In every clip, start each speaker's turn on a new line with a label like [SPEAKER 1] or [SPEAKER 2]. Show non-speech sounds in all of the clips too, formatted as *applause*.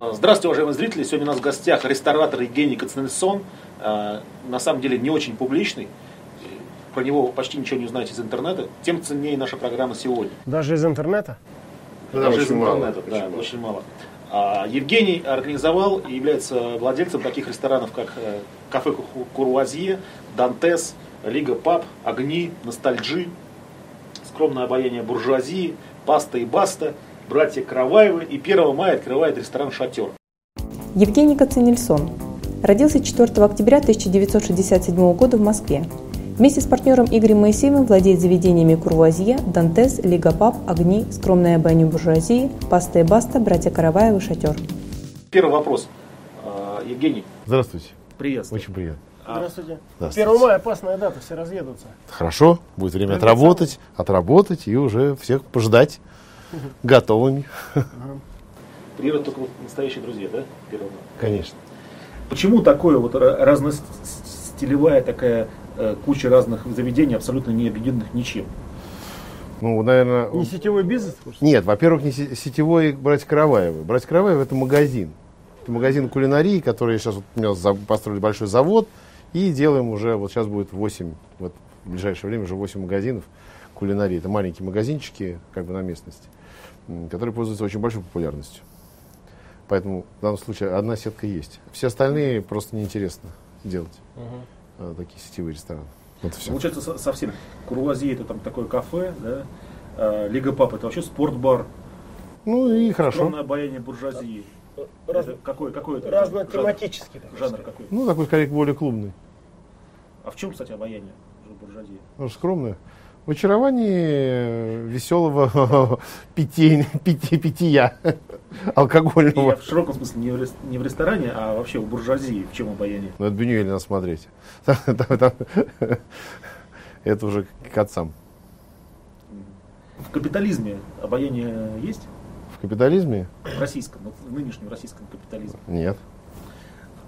[SPEAKER 1] А, Здравствуйте, уважаемые зрители. Сегодня у нас в гостях ресторатор Евгений Константинсон. Э, На самом деле не очень публичный. Про него почти ничего не узнаете из интернета. Тем ценнее наша программа сегодня.
[SPEAKER 2] Даже из интернета?
[SPEAKER 3] Да,
[SPEAKER 1] Даже из
[SPEAKER 3] очень мало,
[SPEAKER 1] интернета, да,
[SPEAKER 3] очень мало.
[SPEAKER 1] очень мало. А, Евгений организовал и является владельцем таких ресторанов, как э, кафе Ку- Куруазье, Дантес, Лига Паб, Огни, Ностальджи, Скромное обаяние буржуазии, Паста и Баста, Братья Караваевы и 1 мая открывает ресторан Шатер.
[SPEAKER 4] Евгений Кацинельсон. Родился 4 октября 1967 года в Москве. Вместе с партнером Игорем Моисеевым владеет заведениями Курвуазье, Дантес, Лига Пап, Огни, Скромная баня буржуазии, Паста и Баста, Братья Караваевы, Шатер.
[SPEAKER 1] Первый вопрос. Э, Евгений,
[SPEAKER 3] Здравствуйте.
[SPEAKER 1] приветствую.
[SPEAKER 3] Очень приятно.
[SPEAKER 1] А.
[SPEAKER 2] Здравствуйте.
[SPEAKER 3] Здравствуйте.
[SPEAKER 2] 1 мая опасная дата, все разъедутся.
[SPEAKER 3] Хорошо, будет время
[SPEAKER 2] Традиционно.
[SPEAKER 3] отработать, отработать и уже всех *laughs* пождать готовыми.
[SPEAKER 1] Приедут только вот настоящие друзья, да? Первого.
[SPEAKER 3] Конечно.
[SPEAKER 1] Почему такое вот ра- разностилевая такая э, куча разных заведений, абсолютно не объединенных ничем?
[SPEAKER 3] Ну, наверное...
[SPEAKER 2] Не сетевой бизнес? потому что
[SPEAKER 3] Нет, во-первых, не се- сетевой «Братья Караваевы». «Братья Караваевы» — это магазин. Это магазин кулинарии, который сейчас вот у меня за- построили большой завод. И делаем уже, вот сейчас будет 8, вот в ближайшее время уже 8 магазинов кулинарии. Это маленькие магазинчики, как бы на местности, м, которые пользуются очень большой популярностью. Поэтому в данном случае одна сетка есть. Все остальные просто неинтересно делать. А, такие сетевые рестораны. Вот и всё.
[SPEAKER 1] Получается со- совсем. Курвазье это там такое кафе, да? Э, Лига Пап это вообще спортбар.
[SPEAKER 3] Ну и хорошо.
[SPEAKER 1] Огромное обаяние буржуазии.
[SPEAKER 2] раз-
[SPEAKER 1] Это какой, какой это жанр?
[SPEAKER 2] Разнотематический. такой.
[SPEAKER 1] Жанр какой?
[SPEAKER 3] Ну, такой, скорее, более клубный.
[SPEAKER 1] А в чем, кстати, обаяние
[SPEAKER 2] *laughs*
[SPEAKER 1] буржуазии?
[SPEAKER 3] Ну, скромно. В очаровании веселого *laughs* питья, питья
[SPEAKER 1] И я
[SPEAKER 3] *laughs* алкогольного.
[SPEAKER 1] в широком смысле не в, рес- не в ресторане, а вообще у буржуазии. В чем обаяние?
[SPEAKER 3] Ну, это Бенюэль надо смотреть. *laughs* Там- там- там- Это уже к отцам.
[SPEAKER 1] В капитализме обаяние есть?
[SPEAKER 3] В капитализме?
[SPEAKER 1] В российском, ну, в нынешнем российском капитализме.
[SPEAKER 3] Нет.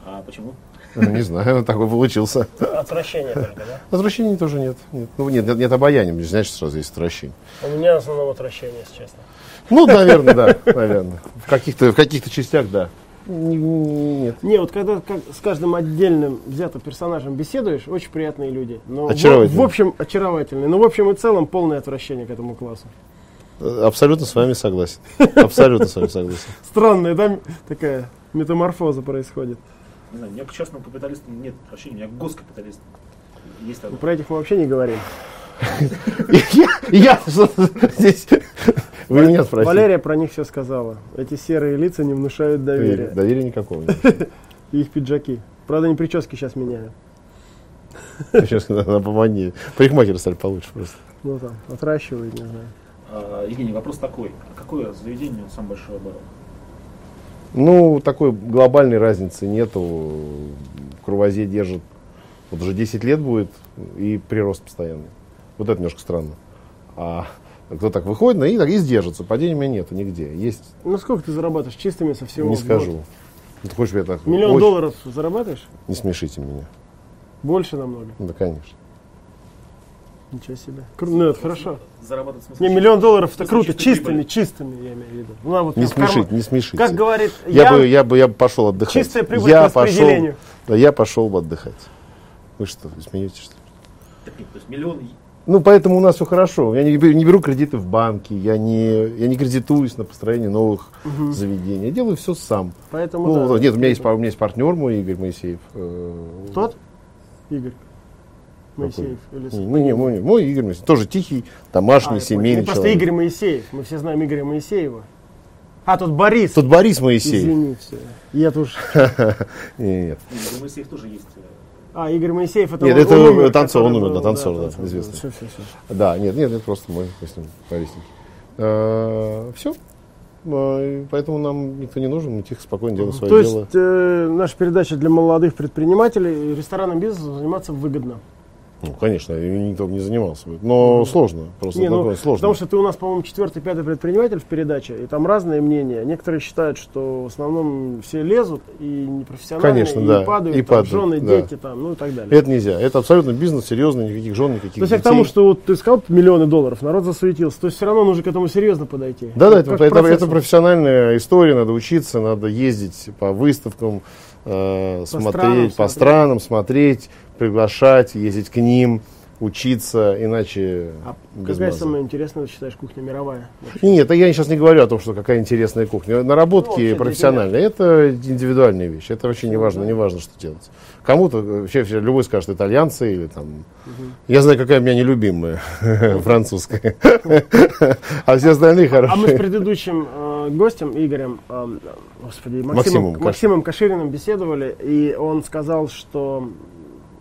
[SPEAKER 1] А почему?
[SPEAKER 3] Ну, Не знаю, *laughs* он такой получился.
[SPEAKER 2] Отвращение только, да?
[SPEAKER 3] Отвращений тоже нет. нет. Ну, нет, нет, нет обаяния, не значит, что сразу есть отвращение.
[SPEAKER 2] У меня в основном отвращение, если честно.
[SPEAKER 3] Ну, наверное, да, *laughs* наверное. В каких-то, в каких-то частях, да. Н- Нет.
[SPEAKER 2] Не, вот когда как с каждым отдельным взятым персонажем беседуешь, очень приятные люди. Но в-
[SPEAKER 3] Очаровательные.
[SPEAKER 2] В, общем, очаровательные. Но в общем и целом полное отвращение к этому классу.
[SPEAKER 3] Э, Абсолютно с вами согласен. Абсолютно с вами согласен.
[SPEAKER 2] Странная, да, м- такая метаморфоза происходит.
[SPEAKER 1] Не знаю, у меня к частному капиталисту нет отвращения, у меня к госкапиталисту. Есть
[SPEAKER 2] Ну,
[SPEAKER 1] такое.
[SPEAKER 2] Про этих мы вообще не говорим.
[SPEAKER 3] И Я, и я что здесь. Вы меня спросили.
[SPEAKER 2] Валерия про них все сказала. Эти серые лица не внушают
[SPEAKER 3] Доверия.
[SPEAKER 2] доверия.
[SPEAKER 3] Доверия никакого нет.
[SPEAKER 2] И их пиджаки. Правда, они прически сейчас меняют.
[SPEAKER 3] Сейчас на помании. Парикмахеры стали получше просто.
[SPEAKER 2] Ну там, отращивают, не знаю.
[SPEAKER 1] А, Евгений, вопрос такой. А какое заведение самое большое было?
[SPEAKER 3] Ну, такой глобальной разницы нету. Курвазе держит. Вот уже 10 лет будет, и прирост постоянный. Вот это немножко странно. А кто так выходит, ну и так и сдержится. Падения у меня нету нигде. Есть,
[SPEAKER 2] Ну сколько ты зарабатываешь чистыми со всего?
[SPEAKER 3] не
[SPEAKER 2] в год?
[SPEAKER 3] скажу. Ну, ты хочешь я так?
[SPEAKER 2] Миллион
[SPEAKER 3] Очень-
[SPEAKER 2] долларов зарабатываешь?
[SPEAKER 3] Не смешите меня. Ну,
[SPEAKER 2] Больше намного.
[SPEAKER 3] Да, конечно.
[SPEAKER 2] Ничего себе. Кру- Ну это хорошо.
[SPEAKER 1] Зарабатывать в смысле?
[SPEAKER 2] Не, миллион долларов это круто.
[SPEAKER 1] чистой
[SPEAKER 2] Чистыми,
[SPEAKER 1] прибыли.
[SPEAKER 2] чистыми, я имею в виду. Ну, а вот
[SPEAKER 3] Не
[SPEAKER 2] в карман-
[SPEAKER 3] смешите, не смешите.
[SPEAKER 2] Как говорит
[SPEAKER 3] Я,
[SPEAKER 2] Ян,
[SPEAKER 3] бы, я бы, я бы пошел отдыхать.
[SPEAKER 2] Чистая прибыль
[SPEAKER 3] я
[SPEAKER 2] по распределению.
[SPEAKER 3] Пошел, да, я пошел бы отдыхать. Вы что, смеетесь что ли?
[SPEAKER 1] Так нет, то есть миллион
[SPEAKER 3] Ну, поэтому у нас все хорошо. Я не, бе- не беру кредиты в банке, я не, я не кредитуюсь на построение новых заведений. Я делаю все сам.
[SPEAKER 2] поэтому
[SPEAKER 3] Ну,
[SPEAKER 2] да.
[SPEAKER 3] нет, у меня есть, пар- у меня есть партнер мой, Игорь Моисеев. Э,
[SPEAKER 2] Тот? Игорь. Моисеев. Или...
[SPEAKER 3] не, ну, не, мой, мой Игорь Моисеев. Тоже тихий, домашний,
[SPEAKER 2] А, я понял.
[SPEAKER 3] семейный
[SPEAKER 2] Ну, Просто
[SPEAKER 3] человек.
[SPEAKER 2] Игорь Моисеев. Мы все знаем Игоря Моисеева. А, тут Борис.
[SPEAKER 3] Тут Борис Моисеев.
[SPEAKER 2] Извини, все. Я тут... уж-
[SPEAKER 3] Нет, нет.
[SPEAKER 1] и у Моисеев тоже есть. э,
[SPEAKER 2] А, Игорь Моисеев, это
[SPEAKER 3] Нет,
[SPEAKER 2] он-
[SPEAKER 3] это
[SPEAKER 2] он умер,
[SPEAKER 3] танцор, он
[SPEAKER 2] который
[SPEAKER 3] умер,
[SPEAKER 2] был,
[SPEAKER 3] да, танцор, да,
[SPEAKER 2] танцор.
[SPEAKER 3] известный.
[SPEAKER 2] Всё, всё, всё.
[SPEAKER 3] Да, нет, нет, это просто мой, мы с ним Э, ровесники. Все. Э, Поэтому нам никто не нужен, мы тихо, спокойно делаем свое
[SPEAKER 2] Ну, То
[SPEAKER 3] дело.
[SPEAKER 2] есть э, наша передача для молодых предпринимателей, ресторанным бизнесом заниматься выгодно.
[SPEAKER 3] Ну, конечно, им никто не занимался. бы. Но сложно, просто
[SPEAKER 2] Не, ну,
[SPEAKER 3] вопрос сложно.
[SPEAKER 2] Потому что ты у нас, по-моему, четвертый, пятый предприниматель в передаче, и там разные мнения. Некоторые считают, что в основном все лезут и непрофессионально,
[SPEAKER 3] Конечно,
[SPEAKER 2] и
[SPEAKER 3] да,
[SPEAKER 2] падают,
[SPEAKER 3] и
[SPEAKER 2] там,
[SPEAKER 3] падают,
[SPEAKER 2] жены,
[SPEAKER 3] да.
[SPEAKER 2] дети, там, ну и так далее.
[SPEAKER 3] Это нельзя. Это абсолютно бизнес, серьезный, никаких жен, никаких
[SPEAKER 2] То есть я
[SPEAKER 3] детей.
[SPEAKER 2] к тому, что вот ты сказал миллионы долларов, народ засуетился. То есть все равно нужно к этому серьезно подойти. Ну,
[SPEAKER 3] Да, да,
[SPEAKER 2] Как
[SPEAKER 3] это,
[SPEAKER 2] к
[SPEAKER 3] это- это
[SPEAKER 2] процессу.
[SPEAKER 3] профессиональная история, надо учиться, надо ездить по выставкам, э, смотреть,
[SPEAKER 2] странам
[SPEAKER 3] по
[SPEAKER 2] смотреть.
[SPEAKER 3] странам смотреть, приглашать, ездить к ним, учиться, иначе
[SPEAKER 2] А
[SPEAKER 3] без
[SPEAKER 2] какая
[SPEAKER 3] мазы.
[SPEAKER 2] самая интересная, ты считаешь, кухня мировая?
[SPEAKER 3] Нет, я сейчас не говорю о том, что какая интересная кухня.
[SPEAKER 2] Ну, вообще
[SPEAKER 3] Наработки
[SPEAKER 2] для
[SPEAKER 3] профессиональные, это индивидуальная вещь. Это вообще не важно, не важно, что делать. Кому-то, э, вообще все- любой скажет, итальянцы или там... Я знаю, какая у
[SPEAKER 2] *laughs*
[SPEAKER 3] меня нелюбимая, французская. *laughs* А все остальные
[SPEAKER 2] А мы с
[SPEAKER 3] *laughs* хорошие.
[SPEAKER 2] предыдущим э, гостем Игорем, эм, господи, Максимом,
[SPEAKER 3] Максимом Каш-
[SPEAKER 2] Максимом Кашириным беседовали, и он сказал, что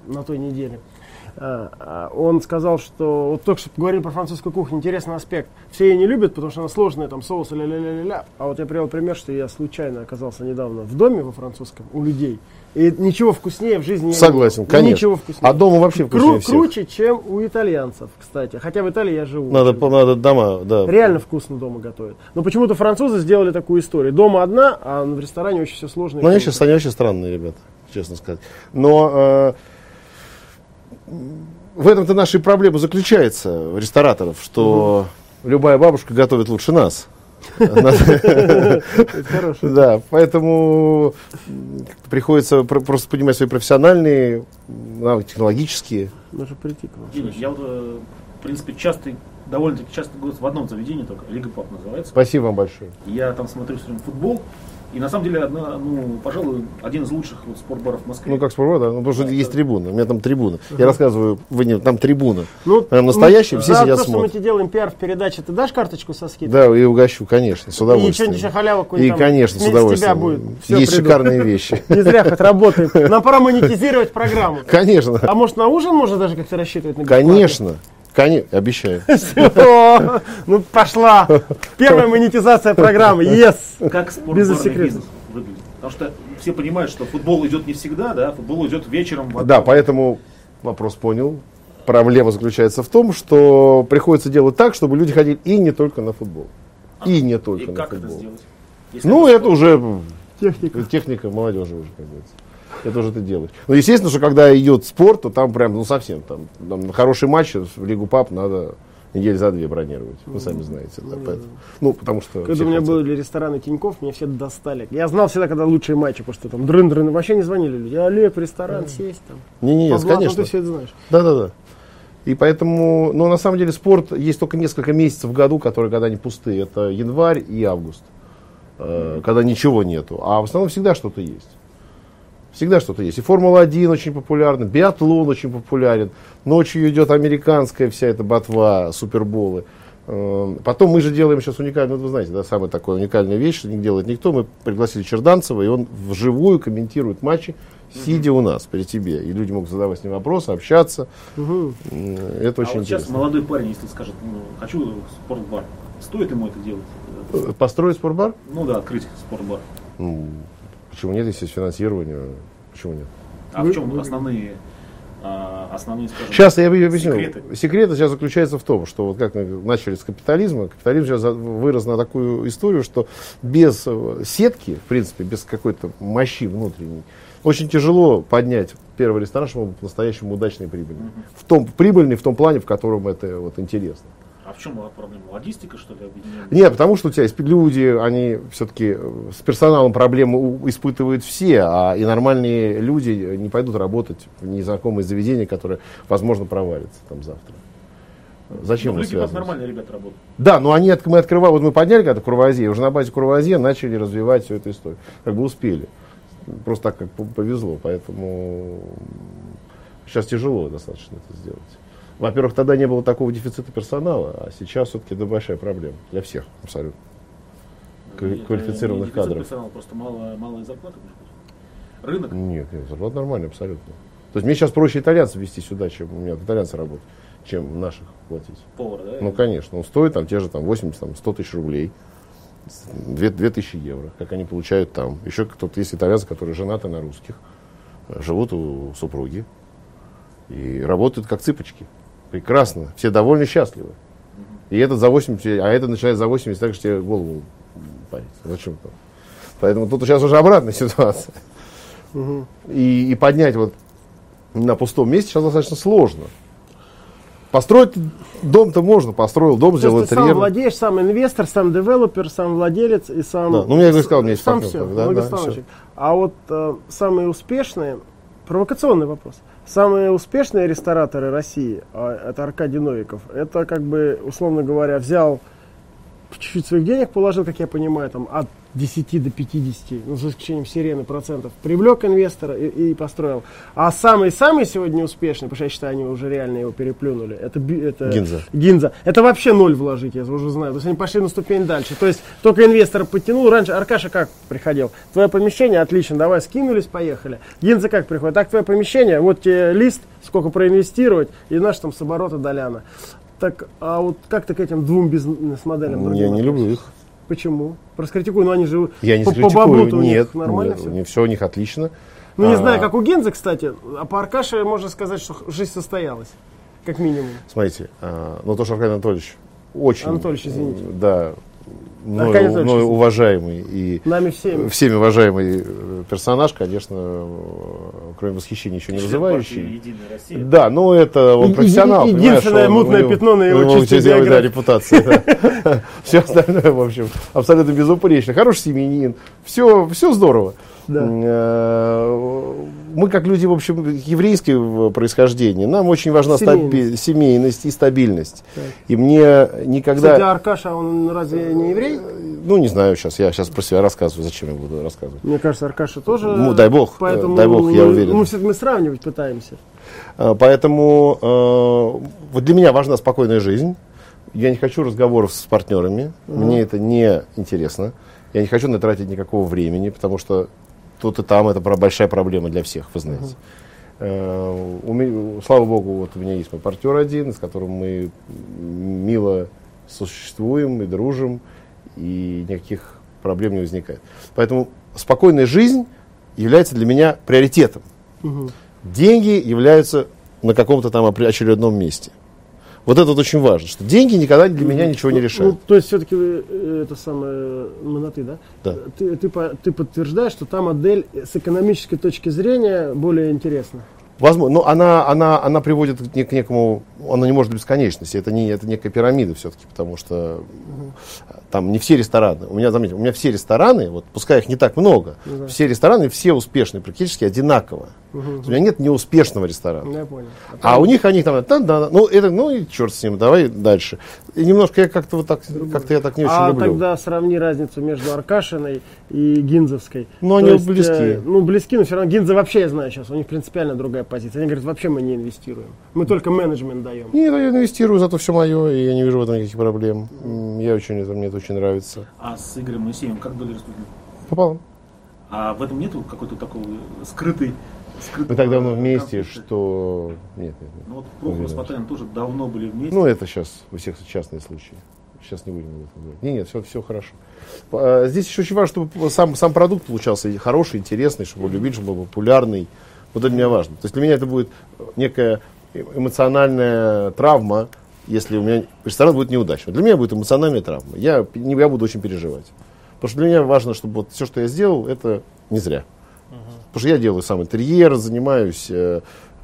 [SPEAKER 2] на той неделе. э, э, Он сказал, что вот только что говорили про французскую кухню, интересный аспект. Все ее не любят, потому что она сложная, там соусы ля-ля-ля-ля. А вот я привел пример, что я случайно оказался недавно в доме во французском у людей. И ничего вкуснее в жизни я не
[SPEAKER 3] Согласен,
[SPEAKER 2] ел.
[SPEAKER 3] конечно.
[SPEAKER 2] Ну, Ничего вкуснее.
[SPEAKER 3] А дома вообще
[SPEAKER 2] Кру-
[SPEAKER 3] вкуснее всех.
[SPEAKER 2] круче, чем у итальянцев, кстати. Хотя в Италии я живу.
[SPEAKER 3] Надо, по- надо дома, да.
[SPEAKER 2] Реально вкусно дома готовят. Но почему-то французы сделали такую историю. Дома одна, а в ресторане очень все сложно. и
[SPEAKER 3] Ну, они
[SPEAKER 2] круто.
[SPEAKER 3] сейчас, они вообще странные ребята, честно сказать. Но э, в этом-то наша и проблема заключается, рестораторов, что любая бабушка готовит лучше нас. Да, поэтому м, как-то приходится про- просто понимать свои профессиональные м, навыки, технологические.
[SPEAKER 2] Нужно прийти к вам.
[SPEAKER 1] Евгений, Я вот, э, в принципе, частый, довольно-таки часто гость в одном заведении только, Лига Пап называется.
[SPEAKER 3] Спасибо вам большое.
[SPEAKER 1] И Я там смотрю все время футбол. И на самом деле, одна, ну, пожалуй, один из лучших вот спортбаров в Москве.
[SPEAKER 3] Ну, как спорт, да, ну, потому что есть трибуна, у меня там трибуна. Я рассказываю, вы не, там трибуна.
[SPEAKER 2] Ну,
[SPEAKER 3] Прям настоящий,
[SPEAKER 2] мы-
[SPEAKER 3] все
[SPEAKER 2] да,
[SPEAKER 3] сидят
[SPEAKER 2] то, что мы
[SPEAKER 3] смотрят.
[SPEAKER 2] тебе делаем пиар в передаче, ты дашь карточку со скидкой?
[SPEAKER 3] Да, и угощу, конечно, с
[SPEAKER 2] И
[SPEAKER 3] удовольствием.
[SPEAKER 2] что-нибудь еще халява
[SPEAKER 3] И,
[SPEAKER 2] какую-нибудь там
[SPEAKER 3] конечно, с
[SPEAKER 2] вместо
[SPEAKER 3] удовольствием.
[SPEAKER 2] тебя будет. Все
[SPEAKER 3] Есть
[SPEAKER 2] приду.
[SPEAKER 3] шикарные вещи. *laughs*
[SPEAKER 2] Не зря хоть работает. Нам пора монетизировать программу. А *laughs*
[SPEAKER 3] Конечно,
[SPEAKER 2] может на ужин можно даже как-то рассчитывать? На бесплатный?
[SPEAKER 3] конечно. Коне- Обещаю.
[SPEAKER 2] Всё. Ну пошла. Первая монетизация программы. Yes.
[SPEAKER 1] Как спортбарный
[SPEAKER 2] Бизнес секрет.
[SPEAKER 1] бизнес выглядит? Потому что все понимают, что футбол идет не всегда, да, футбол идет вечером. в
[SPEAKER 3] Да, поэтому вопрос понял. Проблема заключается в том, что приходится делать так, чтобы люди ходили и не только на футбол. И не только
[SPEAKER 1] И
[SPEAKER 3] на
[SPEAKER 1] как это
[SPEAKER 3] футбол.
[SPEAKER 1] сделать? Если
[SPEAKER 3] Ну, это уже
[SPEAKER 2] Техника.
[SPEAKER 3] м, техника молодежи уже, как говорится. Это уже ты делаешь. Ну, естественно, что когда идет спорт, то там прям, ну, совсем, там, там хороший матч в Лигу ПАП надо недель за две бронировать. Вы сами знаете. да, поэтому. Ну, потому что... все
[SPEAKER 2] Когда у меня
[SPEAKER 3] хотят.
[SPEAKER 2] были рестораны Тиньков, меня все достали. Я знал всегда, когда лучшие матчи, потому что там дрын дрын вообще не звонили люди. Олег, ресторан, сесть там.
[SPEAKER 3] Не-не-не,
[SPEAKER 2] Павла, ну
[SPEAKER 3] конечно.
[SPEAKER 2] ты все это знаешь.
[SPEAKER 3] Да, да, да. И поэтому, но на самом деле спорт есть только несколько месяцев в году, которые когда не пустые. Это январь и август, э, когда ничего нету. А в основном всегда что-то есть. Всегда что-то есть. И Формула-1 очень популярна, биатлон очень популярен. Ночью идет американская вся эта ботва, суперболы. Э, Потом мы же делаем сейчас уникальную, вот вы знаете, да, самая такая уникальная вещь, что не делает никто. Мы пригласили Черданцева, и он вживую комментирует матчи, сидя у нас, при тебе. И люди могут задавать с ним вопросы, общаться. М,
[SPEAKER 1] А
[SPEAKER 3] Это очень
[SPEAKER 1] вот сейчас
[SPEAKER 3] интересно.
[SPEAKER 1] молодой парень, если скажет, ну, хочу в спортбар, стоит ему это делать?
[SPEAKER 3] Э, Построить спортбар?
[SPEAKER 1] Ну да, открыть спортбар.
[SPEAKER 3] Ну, Почему нет, если есть финансирование? Почему нет?
[SPEAKER 1] А в чем основные, а, основные, скажем,
[SPEAKER 3] Сейчас я объясню. Секреты.
[SPEAKER 1] Секреты.
[SPEAKER 3] сейчас заключаются в том, что вот как мы начали с капитализма, капитализм сейчас за- вырос на такую историю, что без э, сетки, в принципе, без какой-то мощи внутренней, очень тяжело поднять первый ресторан, чтобы он был по-настоящему удачный и прибыльный. В том, прибыльный в том плане, в котором это вот интересно.
[SPEAKER 1] а в чем была проблема? Логистика, что ли, объединенная?
[SPEAKER 3] Нет, потому что у тебя есть люди, они все-таки с персоналом проблемы у- испытывают все, а и нормальные люди не пойдут работать в незнакомые заведения, которые, возможно, провалится там завтра. Э, Зачем
[SPEAKER 1] Ну,
[SPEAKER 3] мы
[SPEAKER 1] люди как
[SPEAKER 3] связываемся?
[SPEAKER 1] нормальные ребята работают.
[SPEAKER 3] Да, но они, отк- мы открывали, вот мы подняли когда Курвазье, уже на базе Курвазье начали развивать всю эту историю. Как бы успели. Просто так как по- повезло, поэтому сейчас тяжело достаточно это сделать. Во-первых, тогда не было такого дефицита персонала, а сейчас все-таки это большая проблема для всех абсолютно. Квали-
[SPEAKER 1] Не- ну, не
[SPEAKER 3] квалифицированных
[SPEAKER 1] дефицит
[SPEAKER 3] кадров. Ну,
[SPEAKER 1] персонала, просто мало, малая зарплата. может быть. Рынок.
[SPEAKER 3] Нет, нет, зарплата нормальная абсолютно. То есть мне сейчас проще итальянцев вести сюда, чем у меня итальянцы работают, чем наших платить.
[SPEAKER 1] повара, да?
[SPEAKER 3] Ну, конечно, он стоит там те же там 80, там 100 тысяч рублей, 2, тысячи евро, как они получают там. Еще кто-то есть итальянцы, которые женаты на русских, э, живут у супруги. и работают как цыпочки. Прекрасно, все довольны, счастливы. И этот за 80, а этот начинает за 80, так что тебе голову парить. Зачем это? Поэтому тут сейчас уже обратная ситуация. И, и поднять вот на пустом месте сейчас достаточно сложно. Построить дом-то можно, построил дом,
[SPEAKER 2] То
[SPEAKER 3] сделал
[SPEAKER 2] есть ты сам
[SPEAKER 3] интерьер.
[SPEAKER 2] владеешь, сам инвестор, сам девелопер, сам владелец и сам...
[SPEAKER 3] Да, ну, мне, как я сказал, у меня есть
[SPEAKER 2] Сам
[SPEAKER 3] партнер,
[SPEAKER 2] все,
[SPEAKER 3] как бы, да, да,
[SPEAKER 2] благостановщик. А вот э, самые успешные, провокационный вопрос, самые успешные рестораторы России, а, это Аркадий Новиков, это как бы, условно говоря, взял чуть-чуть своих денег положил, как я понимаю, там от 10 до 50, ну, за исключением сирены процентов, привлек инвестора и, и построил. А самый-самый сегодня успешный, потому что я считаю, они уже реально его переплюнули, это, би- это
[SPEAKER 3] Гинза.
[SPEAKER 2] Гинза. Это вообще ноль вложить, я уже знаю. То есть они пошли на ступень дальше. То есть только инвестора подтянул. Раньше Аркаша как приходил? Твое помещение, отлично, давай скинулись, поехали. Гинза как приходит? Так, твое помещение, вот тебе лист, сколько проинвестировать, и наш там с оборота доляна. Так, а вот как ты к этим двум бизнес-моделям?
[SPEAKER 3] Ну, Я
[SPEAKER 2] другим
[SPEAKER 3] не люблю их.
[SPEAKER 2] Почему? Раскритикую, но они же
[SPEAKER 3] Я не
[SPEAKER 2] по, по
[SPEAKER 3] критикую,
[SPEAKER 2] баблу-то у них
[SPEAKER 3] нет,
[SPEAKER 2] нормально
[SPEAKER 3] нет,
[SPEAKER 2] все.
[SPEAKER 3] у них все у них отлично.
[SPEAKER 2] Ну, не
[SPEAKER 3] А,
[SPEAKER 2] знаю, как у Генза, кстати, а по Аркаше можно сказать, что х- жизнь состоялась, как минимум.
[SPEAKER 3] Смотрите, но ну то, что Аркадий Анатольевич очень...
[SPEAKER 2] Анатольевич, извините.
[SPEAKER 3] э, Да, мною-
[SPEAKER 2] Анатольевич,
[SPEAKER 3] мною
[SPEAKER 2] извините.
[SPEAKER 3] уважаемый и
[SPEAKER 2] Нами всеми.
[SPEAKER 3] всеми уважаемый э, персонаж, конечно, э, кроме восхищения, еще не
[SPEAKER 1] Член партии
[SPEAKER 3] вызывающий. Ну,
[SPEAKER 1] Единая Россия.
[SPEAKER 3] Да, но это
[SPEAKER 2] И-
[SPEAKER 3] он
[SPEAKER 2] и-
[SPEAKER 3] профессионал.
[SPEAKER 2] и-
[SPEAKER 3] понимаешь,
[SPEAKER 2] единственное
[SPEAKER 3] он-
[SPEAKER 2] мутное
[SPEAKER 3] у него-
[SPEAKER 2] пятно на его
[SPEAKER 3] у него
[SPEAKER 2] чистой
[SPEAKER 3] честная, да,
[SPEAKER 2] биографии.
[SPEAKER 3] репутация. Все остальное, в общем, абсолютно безупречно. Хороший семьянин. Все, все здорово.
[SPEAKER 2] Да.
[SPEAKER 3] Э, Мы, как люди, в общем, еврейского происхождения, нам очень важна
[SPEAKER 2] Семейность.
[SPEAKER 3] стаби- семейность и стабильность.
[SPEAKER 2] Так.
[SPEAKER 3] И мне никогда...
[SPEAKER 2] Кстати, а Аркаша, он разве не еврей?
[SPEAKER 3] Ну, не знаю сейчас, я сейчас про себя рассказываю, зачем я буду рассказывать.
[SPEAKER 2] Мне кажется, Аркаша тоже.
[SPEAKER 3] Ну, дай бог, э,
[SPEAKER 2] поэтому
[SPEAKER 3] дай бог, я
[SPEAKER 2] мы-
[SPEAKER 3] уверен.
[SPEAKER 2] Мы, все- мы сравнивать пытаемся.
[SPEAKER 3] Э, Поэтому э, вот для меня важна спокойная жизнь. Я не хочу разговоров с партнерами. Мне это не интересно. Я не хочу на это тратить никакого времени, потому что тут и там это про- большая проблема для всех, вы знаете. Э, у ме- слава богу, вот у меня есть мой партнер один, с которым мы м, мило существуем и дружим, и никаких проблем не возникает. Поэтому спокойная жизнь является для меня приоритетом деньги являются на каком-то там опре- очередном месте. Вот это вот очень важно, что деньги никогда для меня ничего не
[SPEAKER 2] Ну,
[SPEAKER 3] решают.
[SPEAKER 2] ну, то есть, все-таки это самое э, мы на ты, да?
[SPEAKER 3] Да.
[SPEAKER 2] Ты, ты, по- ты подтверждаешь, что та модель э, с экономической точки зрения более интересна.
[SPEAKER 3] Возможно, но ну, она, она, она приводит к не- к некому, она не может до бесконечности, это, не, это некая пирамида все-таки, потому что э, там не все рестораны, у меня, заметьте, у меня все рестораны, вот пускай их не так много,
[SPEAKER 2] Ну да.
[SPEAKER 3] все рестораны, все успешные, практически одинаково. То есть У меня нет неуспешного ресторана.
[SPEAKER 2] Ну, Я понял. А
[SPEAKER 3] А у них они там, да, да, да, ну это, ну и черт с ним, давай дальше. И немножко я как-то вот так, как-то я так не очень
[SPEAKER 2] а
[SPEAKER 3] люблю.
[SPEAKER 2] тогда сравни разницу между Аркашиной и Гинзовской.
[SPEAKER 3] Ну, они близки.
[SPEAKER 2] э, ну, близки, но все равно Гинза вообще, я знаю сейчас, у них принципиально другая позиция. Они говорят, вообще мы не инвестируем. Мы только менеджмент даем.
[SPEAKER 3] Нет, ну, я инвестирую, зато все мое, и я не вижу в этом никаких проблем. М, Я очень, это, мне это очень нравится.
[SPEAKER 1] А с Игорем Моисеевым как были распределены?
[SPEAKER 3] Попал.
[SPEAKER 1] А в этом нету какой-то такого скрытой... скрытого
[SPEAKER 3] Мы так давно вместе,
[SPEAKER 1] конфликта?
[SPEAKER 3] что... Нет, нет, нет.
[SPEAKER 1] Ну вот Прохоров с Потаниным тоже давно были вместе.
[SPEAKER 3] Ну, это сейчас у всех частные случаи. Сейчас не будем об этом говорить. Нет, нет, все, все хорошо. А, Здесь еще очень важно, чтобы сам, сам продукт получался и хороший, интересный, чтобы его любили, чтобы он был популярный. Вот это для меня важно. То есть для меня это будет э, некая э- эмоциональная травма, если у меня ресторан будет неудачным. Для меня будет эмоциональная травма. Я, п- не- я буду очень переживать. Потому что для меня важно, чтобы вот все, что я сделал, это не зря. Потому что я делаю сам интерьер, занимаюсь э,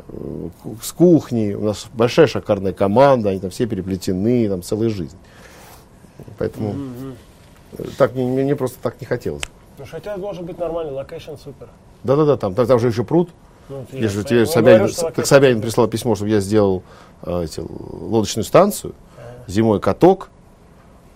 [SPEAKER 3] э, ку- с кухней. У нас большая шикарная команда, они там все переплетены, там целая жизнь. Поэтому э, так мне, мне- мне просто так не хотелось.
[SPEAKER 2] Ну, хотя должен быть нормальный, локейшн супер.
[SPEAKER 3] Да-да-да, там, там, там же еще пруд.
[SPEAKER 2] Ну, ты-
[SPEAKER 3] Я же
[SPEAKER 2] я
[SPEAKER 3] тебе
[SPEAKER 2] понимаю. Ну,
[SPEAKER 3] Собянин,
[SPEAKER 2] говорю, что
[SPEAKER 3] так
[SPEAKER 2] локейшн-
[SPEAKER 3] Собянин прислал письмо, чтобы я сделал э, эти, лодочную станцию, зимой каток.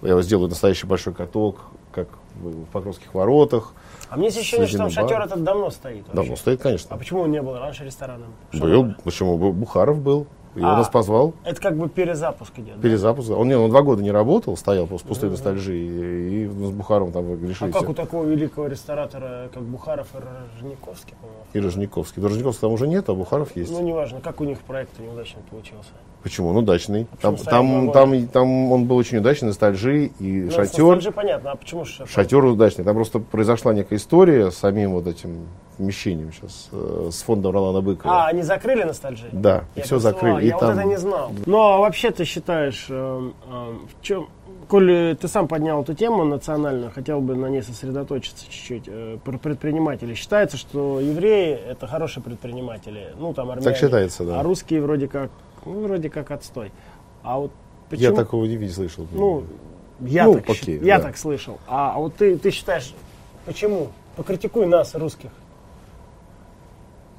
[SPEAKER 3] Я его сделаю настоящий большой каток, как в, в Покровских воротах.
[SPEAKER 2] А мне есть ощущение, что там
[SPEAKER 3] Сведенный бар.
[SPEAKER 2] шатер этот давно стоит. вообще.
[SPEAKER 3] Давно стоит, конечно.
[SPEAKER 2] А почему он не был раньше рестораном? Что
[SPEAKER 3] Был,
[SPEAKER 2] было?
[SPEAKER 3] почему? Был, Бухаров был. И
[SPEAKER 2] А.
[SPEAKER 3] он нас позвал.
[SPEAKER 2] Это как бы перезапуск идет. да?
[SPEAKER 3] Перезапуск. Он, не, он два года не работал, стоял после пустой ностальжи. И, и с Бухаром там
[SPEAKER 2] А
[SPEAKER 3] грешили
[SPEAKER 2] как у
[SPEAKER 3] все.
[SPEAKER 2] такого великого ресторатора, как Бухаров и Рожниковский, по-моему?
[SPEAKER 3] И Рожниковский. До Рожниковского там уже нет, а Бухаров есть.
[SPEAKER 2] Ну, неважно, как у них проект неудачно получился.
[SPEAKER 3] Почему? Он удачный.
[SPEAKER 2] почему
[SPEAKER 3] Там,
[SPEAKER 2] стоял
[SPEAKER 3] там,
[SPEAKER 2] два года?
[SPEAKER 3] там, там он был очень удачный, ностальжи и
[SPEAKER 2] Ну, с
[SPEAKER 3] шатер.
[SPEAKER 2] ностальжи понятно, а почему же шатер?
[SPEAKER 3] Шатер удачный. Там просто произошла некая история с самим вот этим помещением сейчас э, с фондом Ролана Быкова.
[SPEAKER 2] А, они закрыли ностальжи?
[SPEAKER 3] Да, и
[SPEAKER 2] Я просто,
[SPEAKER 3] все
[SPEAKER 2] а,
[SPEAKER 3] закрыли.
[SPEAKER 2] Я
[SPEAKER 3] И
[SPEAKER 2] вот
[SPEAKER 3] там
[SPEAKER 2] это не знал. Ну, а вообще ты считаешь, эм, эм, в чем... Коль э, ты сам поднял эту тему национальную, хотел бы на ней сосредоточиться чуть-чуть. э, Про предпринимателей. Считается, что евреи – это хорошие предприниматели. Ну, там армяне.
[SPEAKER 3] так считается, да.
[SPEAKER 2] А русские вроде как, ну, вроде как отстой. А вот почему...
[SPEAKER 3] Я такого не, не слышал.
[SPEAKER 2] Ну, я,
[SPEAKER 3] Ну,
[SPEAKER 2] так, щи-
[SPEAKER 3] окей,
[SPEAKER 2] я
[SPEAKER 3] да.
[SPEAKER 2] так слышал. А, а вот ты, ты считаешь, почему? Покритикуй нас, русских.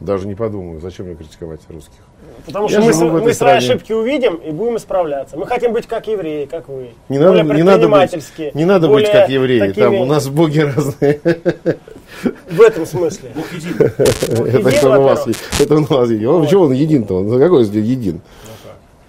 [SPEAKER 3] Даже не подумаю, зачем мне критиковать русских.
[SPEAKER 2] Потому
[SPEAKER 3] Я
[SPEAKER 2] что мы,
[SPEAKER 3] живу
[SPEAKER 2] с-
[SPEAKER 3] в этой
[SPEAKER 2] мы свои
[SPEAKER 3] стране.
[SPEAKER 2] ошибки увидим и будем исправляться. Мы хотим быть как евреи, как вы.
[SPEAKER 3] Не надо,
[SPEAKER 2] Более
[SPEAKER 3] не надо
[SPEAKER 2] предпринимательские,
[SPEAKER 3] быть, не надо быть
[SPEAKER 2] более
[SPEAKER 3] как евреи.
[SPEAKER 2] такими-
[SPEAKER 3] Там у нас боги разные.
[SPEAKER 2] В этом
[SPEAKER 3] *laughs*
[SPEAKER 2] смысле. Вот
[SPEAKER 3] Это
[SPEAKER 2] идея,
[SPEAKER 3] кто у вас
[SPEAKER 2] во-первых.
[SPEAKER 3] есть? Это у нас есть. Он- Почему он един-то? Он какой здесь един?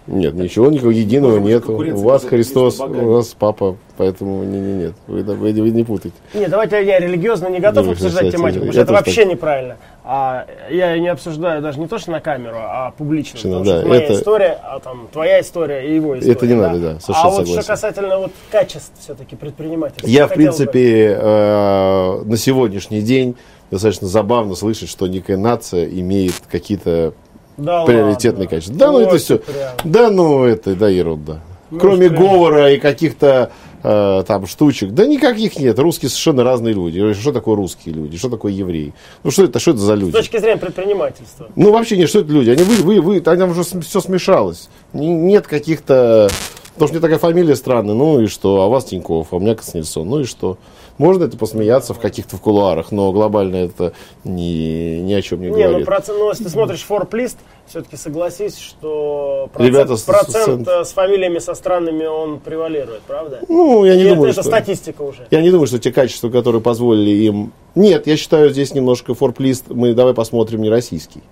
[SPEAKER 3] Нет, ничего, никакого единого
[SPEAKER 1] Может быть,
[SPEAKER 3] нет. У
[SPEAKER 1] конкуренция
[SPEAKER 3] вас
[SPEAKER 1] между- между
[SPEAKER 3] Христос, у
[SPEAKER 1] богами.
[SPEAKER 3] вас Папа, поэтому не, не, нет, вы, вы- вы не путайте.
[SPEAKER 2] Нет, давайте я религиозно не готов
[SPEAKER 3] Не,
[SPEAKER 2] обсуждать
[SPEAKER 3] кстати,
[SPEAKER 2] тематику, потому
[SPEAKER 3] я
[SPEAKER 2] что это
[SPEAKER 3] тоже
[SPEAKER 2] вообще
[SPEAKER 3] так.
[SPEAKER 2] неправильно. А, я не обсуждаю даже не то, что на камеру, а публично.
[SPEAKER 3] Точно,
[SPEAKER 2] потому что
[SPEAKER 3] ну да,
[SPEAKER 2] это моя
[SPEAKER 3] это-
[SPEAKER 2] история, а там твоя история и его история.
[SPEAKER 3] не надо, да,
[SPEAKER 2] А
[SPEAKER 3] совершенно
[SPEAKER 2] вот
[SPEAKER 3] согласен.
[SPEAKER 2] что касательно вот качеств все-таки предпринимательства.
[SPEAKER 3] Я,
[SPEAKER 2] хотел
[SPEAKER 3] в
[SPEAKER 2] бы-
[SPEAKER 3] принципе, э, на сегодняшний день достаточно забавно слышать, что некая нация имеет какие-то
[SPEAKER 2] Да
[SPEAKER 3] приоритетные
[SPEAKER 2] ладно.
[SPEAKER 3] качества. Да, ну
[SPEAKER 2] Вот
[SPEAKER 3] это все.
[SPEAKER 2] прям. Ну,
[SPEAKER 3] Да, ну это, да, ерунда. Кроме
[SPEAKER 2] прям.
[SPEAKER 3] говора и каких-то э, там штучек. Да никаких нет. Русские совершенно разные люди. Что такое русские люди? Что такое евреи? Ну что это, что это за
[SPEAKER 2] С
[SPEAKER 3] люди?
[SPEAKER 2] точки зрения предпринимательства.
[SPEAKER 3] Ну, вообще не что это люди. Они вы, вы, вы, а там уже все смешалось. Н- Нет каких-то... Потому что у меня такая фамилия странная. Ну и что? А у вас Тиньков, а у меня Коснельсон. Ну и что? Можно это посмеяться в каких-то в кулуарах, но глобально это ни, ни о чем не,
[SPEAKER 2] Не,
[SPEAKER 3] говорит.
[SPEAKER 2] ну процент, ну, если ты смотришь форплист, все-таки согласись, что процент,
[SPEAKER 3] Ребята с- с-
[SPEAKER 2] процент,
[SPEAKER 3] с-
[SPEAKER 2] э, с фамилиями со странами он превалирует, правда?
[SPEAKER 3] Ну, я не
[SPEAKER 2] И это,
[SPEAKER 3] думаю,
[SPEAKER 2] это
[SPEAKER 3] что...
[SPEAKER 2] статистика уже.
[SPEAKER 3] Я не думаю, что те качества, которые позволили им... Нет, я считаю, здесь немножко форплист. Мы давай посмотрим не российский.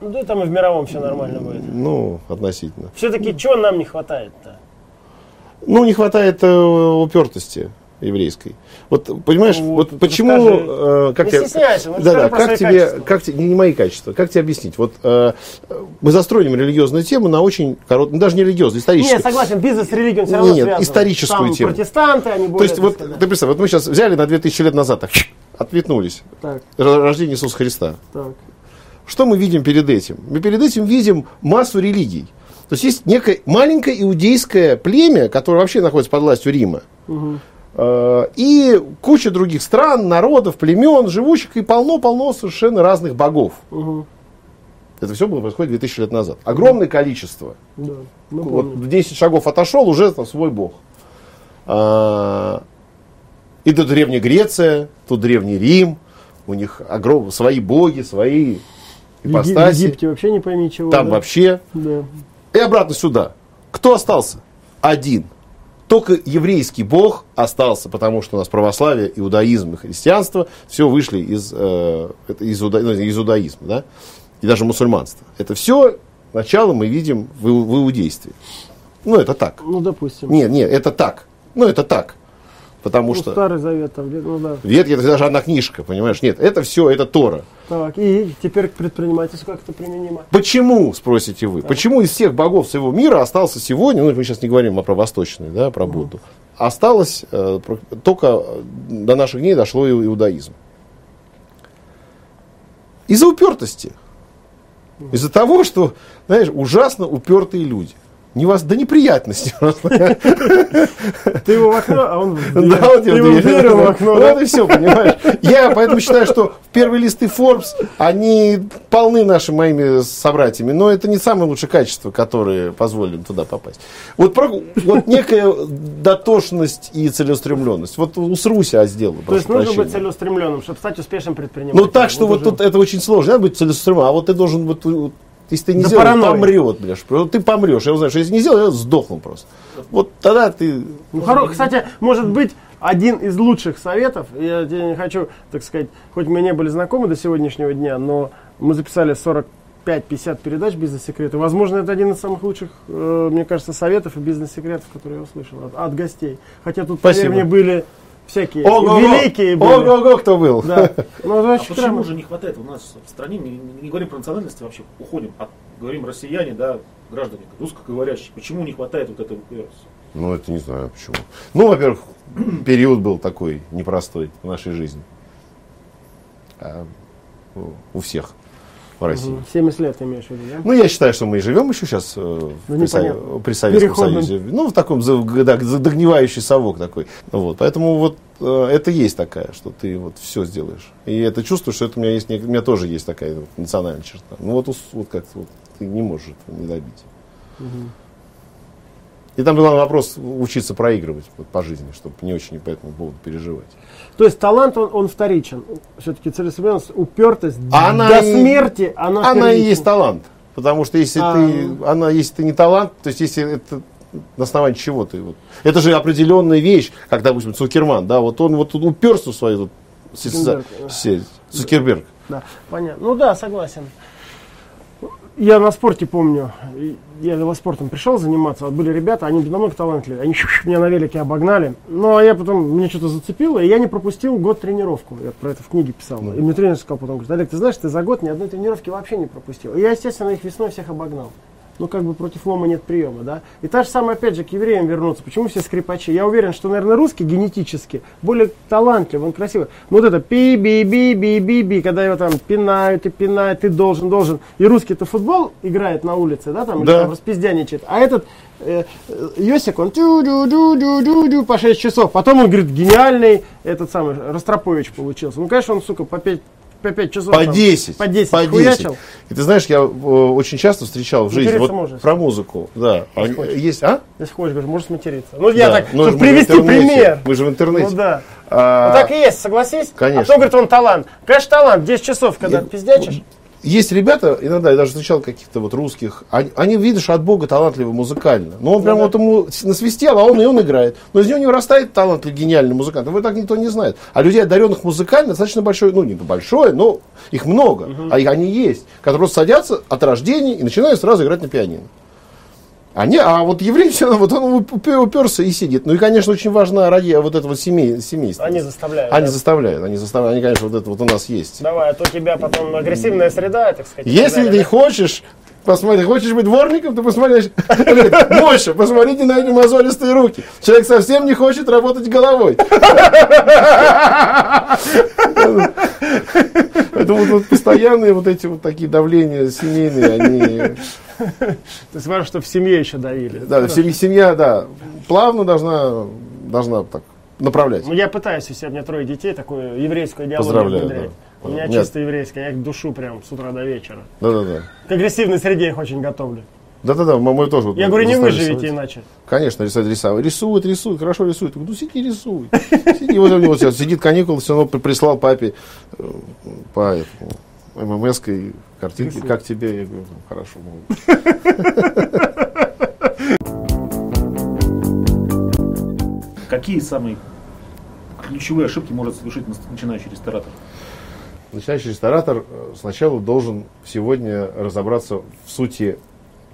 [SPEAKER 2] Ну, да там и в мировом все нормально будет.
[SPEAKER 3] Ну, относительно.
[SPEAKER 2] Все-таки чего нам не хватает-то?
[SPEAKER 3] Ну, не хватает э, упертости еврейской. Вот понимаешь,
[SPEAKER 2] Ну, Вот,
[SPEAKER 3] вот,
[SPEAKER 2] ты
[SPEAKER 3] почему,
[SPEAKER 2] скажи.
[SPEAKER 3] э, как
[SPEAKER 2] Не
[SPEAKER 3] тебе-
[SPEAKER 2] стесняйся, ну,
[SPEAKER 3] да,
[SPEAKER 2] скажи
[SPEAKER 3] да,
[SPEAKER 2] про
[SPEAKER 3] как
[SPEAKER 2] свои
[SPEAKER 3] тебе,
[SPEAKER 2] качества.
[SPEAKER 3] как те- не, не мои качества, как тебе объяснить? Вот э, э, мы застроим религиозную тему на очень короткую, ну, даже не религиозную, историческую.
[SPEAKER 2] Не, согласен, бизнес с религией он все равно
[SPEAKER 3] Нет,
[SPEAKER 2] связан.
[SPEAKER 3] историческую
[SPEAKER 2] Там
[SPEAKER 3] тему.
[SPEAKER 2] протестанты, они
[SPEAKER 3] То
[SPEAKER 2] более...
[SPEAKER 3] есть
[SPEAKER 2] так
[SPEAKER 3] вот
[SPEAKER 2] сказать,
[SPEAKER 3] ты представь, вот мы сейчас взяли на 2000 лет назад так отметнулись
[SPEAKER 2] Так,
[SPEAKER 3] Ро- рождение Иисуса Христа.
[SPEAKER 2] так.
[SPEAKER 3] Что мы видим перед этим? Мы перед этим видим массу религий. То есть есть некое маленькое иудейское племя, которое вообще находится под властью Рима. Э, И куча других стран, народов, племен, живущих, и полно-полно совершенно разных богов.
[SPEAKER 2] Мгм.
[SPEAKER 3] Это все было происходит 2000 лет назад. Огромное количество.
[SPEAKER 2] Да, ну,
[SPEAKER 3] Вот
[SPEAKER 2] помню.
[SPEAKER 3] в 10 шагов отошел, уже там свой бог. А, И тут Древняя Греция, тут Древний Рим. У них огром... свои боги, свои
[SPEAKER 2] В Еги- В
[SPEAKER 3] ипостаси.
[SPEAKER 2] Египте вообще не пойми чего.
[SPEAKER 3] Там
[SPEAKER 2] да?
[SPEAKER 3] вообще.
[SPEAKER 2] Да.
[SPEAKER 3] И обратно сюда. Кто остался? Один. Только еврейский бог остался, потому что у нас православие, иудаизм и христианство все вышли из, э, это из, иуда- ну, из иудаизма, да? и даже мусульманство. Это все начало мы видим в, иу- в иудействе. Ну, это так.
[SPEAKER 2] Ну, допустим.
[SPEAKER 3] Нет, нет, это так. Ну, это так. Потому
[SPEAKER 2] ну,
[SPEAKER 3] что...
[SPEAKER 2] Старый Завет там, где- ну да.
[SPEAKER 3] Ветхий это даже одна книжка, понимаешь? Нет, это все, это Тора.
[SPEAKER 2] Так, и теперь к предпринимательству как это применимо.
[SPEAKER 3] Почему, спросите вы, почему из всех богов всего мира остался сегодня, ну, мы сейчас не говорим о про восточный, да, про Будду, осталось, э, про- только э, до наших дней дошло и иудаизм. Из-за упертости. Из-за того, что, знаешь, ужасно упертые люди. Не вас, до неприятности *laughs* просто.
[SPEAKER 2] Ты его в окно, а он в дверь.
[SPEAKER 3] Да, вот
[SPEAKER 2] Ты
[SPEAKER 3] я
[SPEAKER 2] его в
[SPEAKER 3] вот
[SPEAKER 2] дверь, а
[SPEAKER 3] я-
[SPEAKER 2] в окно.
[SPEAKER 3] Вот
[SPEAKER 2] да?
[SPEAKER 3] и все, понимаешь. Я поэтому считаю, что первые листы Forbes, они полны нашими моими собратьями, но это не самые лучшие качества, которые позволили им туда попасть. Вот, про- вот некая дотошность и целеустремленность. Вот усрусь, а сделаю.
[SPEAKER 2] То есть
[SPEAKER 3] прошу
[SPEAKER 2] нужно
[SPEAKER 3] прощения.
[SPEAKER 2] быть целеустремленным, чтобы стать успешным предпринимателем.
[SPEAKER 3] Ну так, что вот
[SPEAKER 2] уже.
[SPEAKER 3] тут это очень сложно, надо быть целеустремленным, а вот ты должен вот, вот, если ты не
[SPEAKER 2] Да
[SPEAKER 3] сделаешь, он
[SPEAKER 2] паранойя.
[SPEAKER 3] помрет, блядь. Вот ты помрешь. Я знаю, что если не сделал, я сдохну просто. Вот тогда ты
[SPEAKER 2] Ну, хоро- Кстати, может быть, один из лучших советов, я тебе не хочу, так сказать, хоть мы не были знакомы до сегодняшнего дня, но мы записали 45-50 передач «Бизнес-секреты». Возможно, это один из самых лучших, э, мне кажется, советов и бизнес-секретов, которые я услышал от, от гостей. Хотя тут, поверь
[SPEAKER 3] Спасибо.
[SPEAKER 2] мне, были всякие
[SPEAKER 3] Ого-го!
[SPEAKER 2] великие были.
[SPEAKER 3] Ого-го, кто был.
[SPEAKER 2] Да. Ну,
[SPEAKER 1] А
[SPEAKER 2] значит,
[SPEAKER 1] почему
[SPEAKER 2] прямо-
[SPEAKER 1] же не хватает у нас в стране, мы не, не говорим про национальности вообще, уходим, а говорим россияне, да, граждане, русскоговорящие, почему не хватает вот этой упертости?
[SPEAKER 3] Ну, это не знаю почему. Ну, во-первых, период был такой непростой в нашей жизни. А у всех в России.
[SPEAKER 2] Мгм. 70 лет ты имеешь в виду, да? Ну,
[SPEAKER 3] Ну, я считаю, что мы и живем э, еще сейчас при, Со-
[SPEAKER 2] непонятно.
[SPEAKER 3] при Советском
[SPEAKER 2] Переходным.
[SPEAKER 3] Союзе. Ну, в таком за- да, за- догнивающий совок такой. Вот. Поэтому вот э, это есть такая, что ты вот все сделаешь. И это чувствую, что это у меня есть, нек- у меня тоже есть такая вот национальная черта. Ну, вот, ус- вот как-то вот ты не можешь этого не добить. И там главный вопрос учиться проигрывать вот по жизни, чтобы не очень по этому поводу переживать.
[SPEAKER 2] То есть талант, он, он вторичен. Все-таки целеспособность, упертость
[SPEAKER 3] А она
[SPEAKER 2] до
[SPEAKER 3] и-
[SPEAKER 2] смерти, она
[SPEAKER 3] Она и
[SPEAKER 2] первична.
[SPEAKER 3] есть талант. Потому что если
[SPEAKER 2] А.
[SPEAKER 3] ты. Она, если ты не талант, то есть если это на основании чего ты вот. Это же определенная вещь, как, допустим, Цукерман, да, вот он вот тут уперся в свою вот, с-
[SPEAKER 2] Цукерберг.
[SPEAKER 3] с- с- Цукерберг.
[SPEAKER 2] Да, понятно. Ну да, согласен. Я на спорте помню, и- я велоспортом пришел заниматься, вот были ребята, они намного талантливые, они меня на велике обогнали, но я потом, меня что-то зацепило, и я не пропустил год тренировку, я про это в книге писал,
[SPEAKER 3] Ну.
[SPEAKER 2] и мне тренер сказал потом, говорит, Олег, ты знаешь, ты за год ни одной тренировки вообще не пропустил, и я, естественно, их весной всех обогнал. Ну, как бы против лома нет приема, да? И та же самая, опять же, к евреям вернуться. Почему все скрипачи? Я уверен, что, наверное, русский генетически более талантлив, он красивый. Но вот это пи-би-би-би-би-би, когда его там пинают и пинают, ты должен, должен. И русский-то футбол играет на улице, да, там, или
[SPEAKER 3] Да.
[SPEAKER 2] там распиздяничает. А этот э, э, Йосик, он тю-дю-дю-дю-дю-дю по 6 часов. Потом он, говорит, гениальный этот самый Ростропович получился. Ну, конечно, он, сука, по 5 по пять часов.
[SPEAKER 3] По
[SPEAKER 2] там,
[SPEAKER 3] 10.
[SPEAKER 2] По 10.
[SPEAKER 3] По 10.
[SPEAKER 2] хуячил.
[SPEAKER 3] И ты знаешь, я э, очень часто встречал в жизни
[SPEAKER 2] Интересно,
[SPEAKER 3] вот
[SPEAKER 2] может.
[SPEAKER 3] про музыку. Да. А,
[SPEAKER 2] хочешь.
[SPEAKER 3] Есть, а?
[SPEAKER 2] Если хочешь, говоришь, можешь материться. Ну, я
[SPEAKER 3] Да.
[SPEAKER 2] так,
[SPEAKER 3] Ну,
[SPEAKER 2] чтобы
[SPEAKER 3] мы же в
[SPEAKER 2] привести
[SPEAKER 3] интернете.
[SPEAKER 2] пример.
[SPEAKER 3] Мы же в интернете.
[SPEAKER 2] Ну да.
[SPEAKER 3] А,
[SPEAKER 2] Ну, так и есть, согласись?
[SPEAKER 3] конечно.
[SPEAKER 2] А кто говорит, он талант? Конечно, талант. 10 часов, когда
[SPEAKER 3] Нет,
[SPEAKER 2] пиздячишь.
[SPEAKER 3] Есть ребята, иногда я даже встречал каких-то вот русских, они, они, видишь, от Бога талантливы музыкально. Но он прям вот ему с- насвистел, а он и он играет. Но из него не вырастает талантливый гениальный музыкант. Его так никто не знает. А людей, одаренных музыкально, достаточно большое, ну не большое, но их много, а их они есть, которые просто садятся от рождения и начинают сразу играть на пианино. А, не, а вот еврей все равно, вот он упе- уперся и сидит. Ну и, конечно, очень важна ради вот этого семей, семейства.
[SPEAKER 2] Они заставляют.
[SPEAKER 3] Они
[SPEAKER 2] да.
[SPEAKER 3] заставляют, они заставляют, они, конечно, вот это вот у нас есть.
[SPEAKER 2] Давай, а то у тебя потом агрессивная среда, так сказать. и так
[SPEAKER 3] Если
[SPEAKER 2] далее,
[SPEAKER 3] ты
[SPEAKER 2] да?
[SPEAKER 3] хочешь посмотреть, хочешь быть дворником, ты посмотри *laughs* больше, посмотрите на эти мозолистые руки. Человек совсем не хочет работать головой. Поэтому вот, вот постоянные вот эти вот такие давления семейные, они...
[SPEAKER 2] Ты смотришь, что в семье еще давили.
[SPEAKER 3] Да, семь- семья, да, плавно должна, должна так направлять.
[SPEAKER 2] Ну, я пытаюсь у себя, у меня трое детей, такую еврейскую идеологию
[SPEAKER 3] Поздравляю,
[SPEAKER 2] внедрять.
[SPEAKER 3] да.
[SPEAKER 2] У меня
[SPEAKER 3] Нет.
[SPEAKER 2] чисто еврейская, я их душу прям с утра до вечера.
[SPEAKER 3] Да-да-да.
[SPEAKER 2] К агрессивной среде их очень готовлю.
[SPEAKER 3] Да-да-да, м- мой тоже. вот
[SPEAKER 2] Я говорю, не
[SPEAKER 3] заставили
[SPEAKER 2] выживете
[SPEAKER 3] рисовать.
[SPEAKER 2] иначе.
[SPEAKER 3] Конечно, рисовать, рисовать. Рисует, рисует, хорошо рисует. Я говорю, Ну сиди, рисуй. Сиди, вот, у него сейчас сидит каникулы, все равно при- прислал папе э, по ММС и картинки. Как тебе? Я говорю, «Ну, хорошо. ну».
[SPEAKER 1] Какие самые ключевые ошибки может совершить нас- начинающий ресторатор?
[SPEAKER 3] Начинающий ресторатор э, сначала должен сегодня разобраться в сути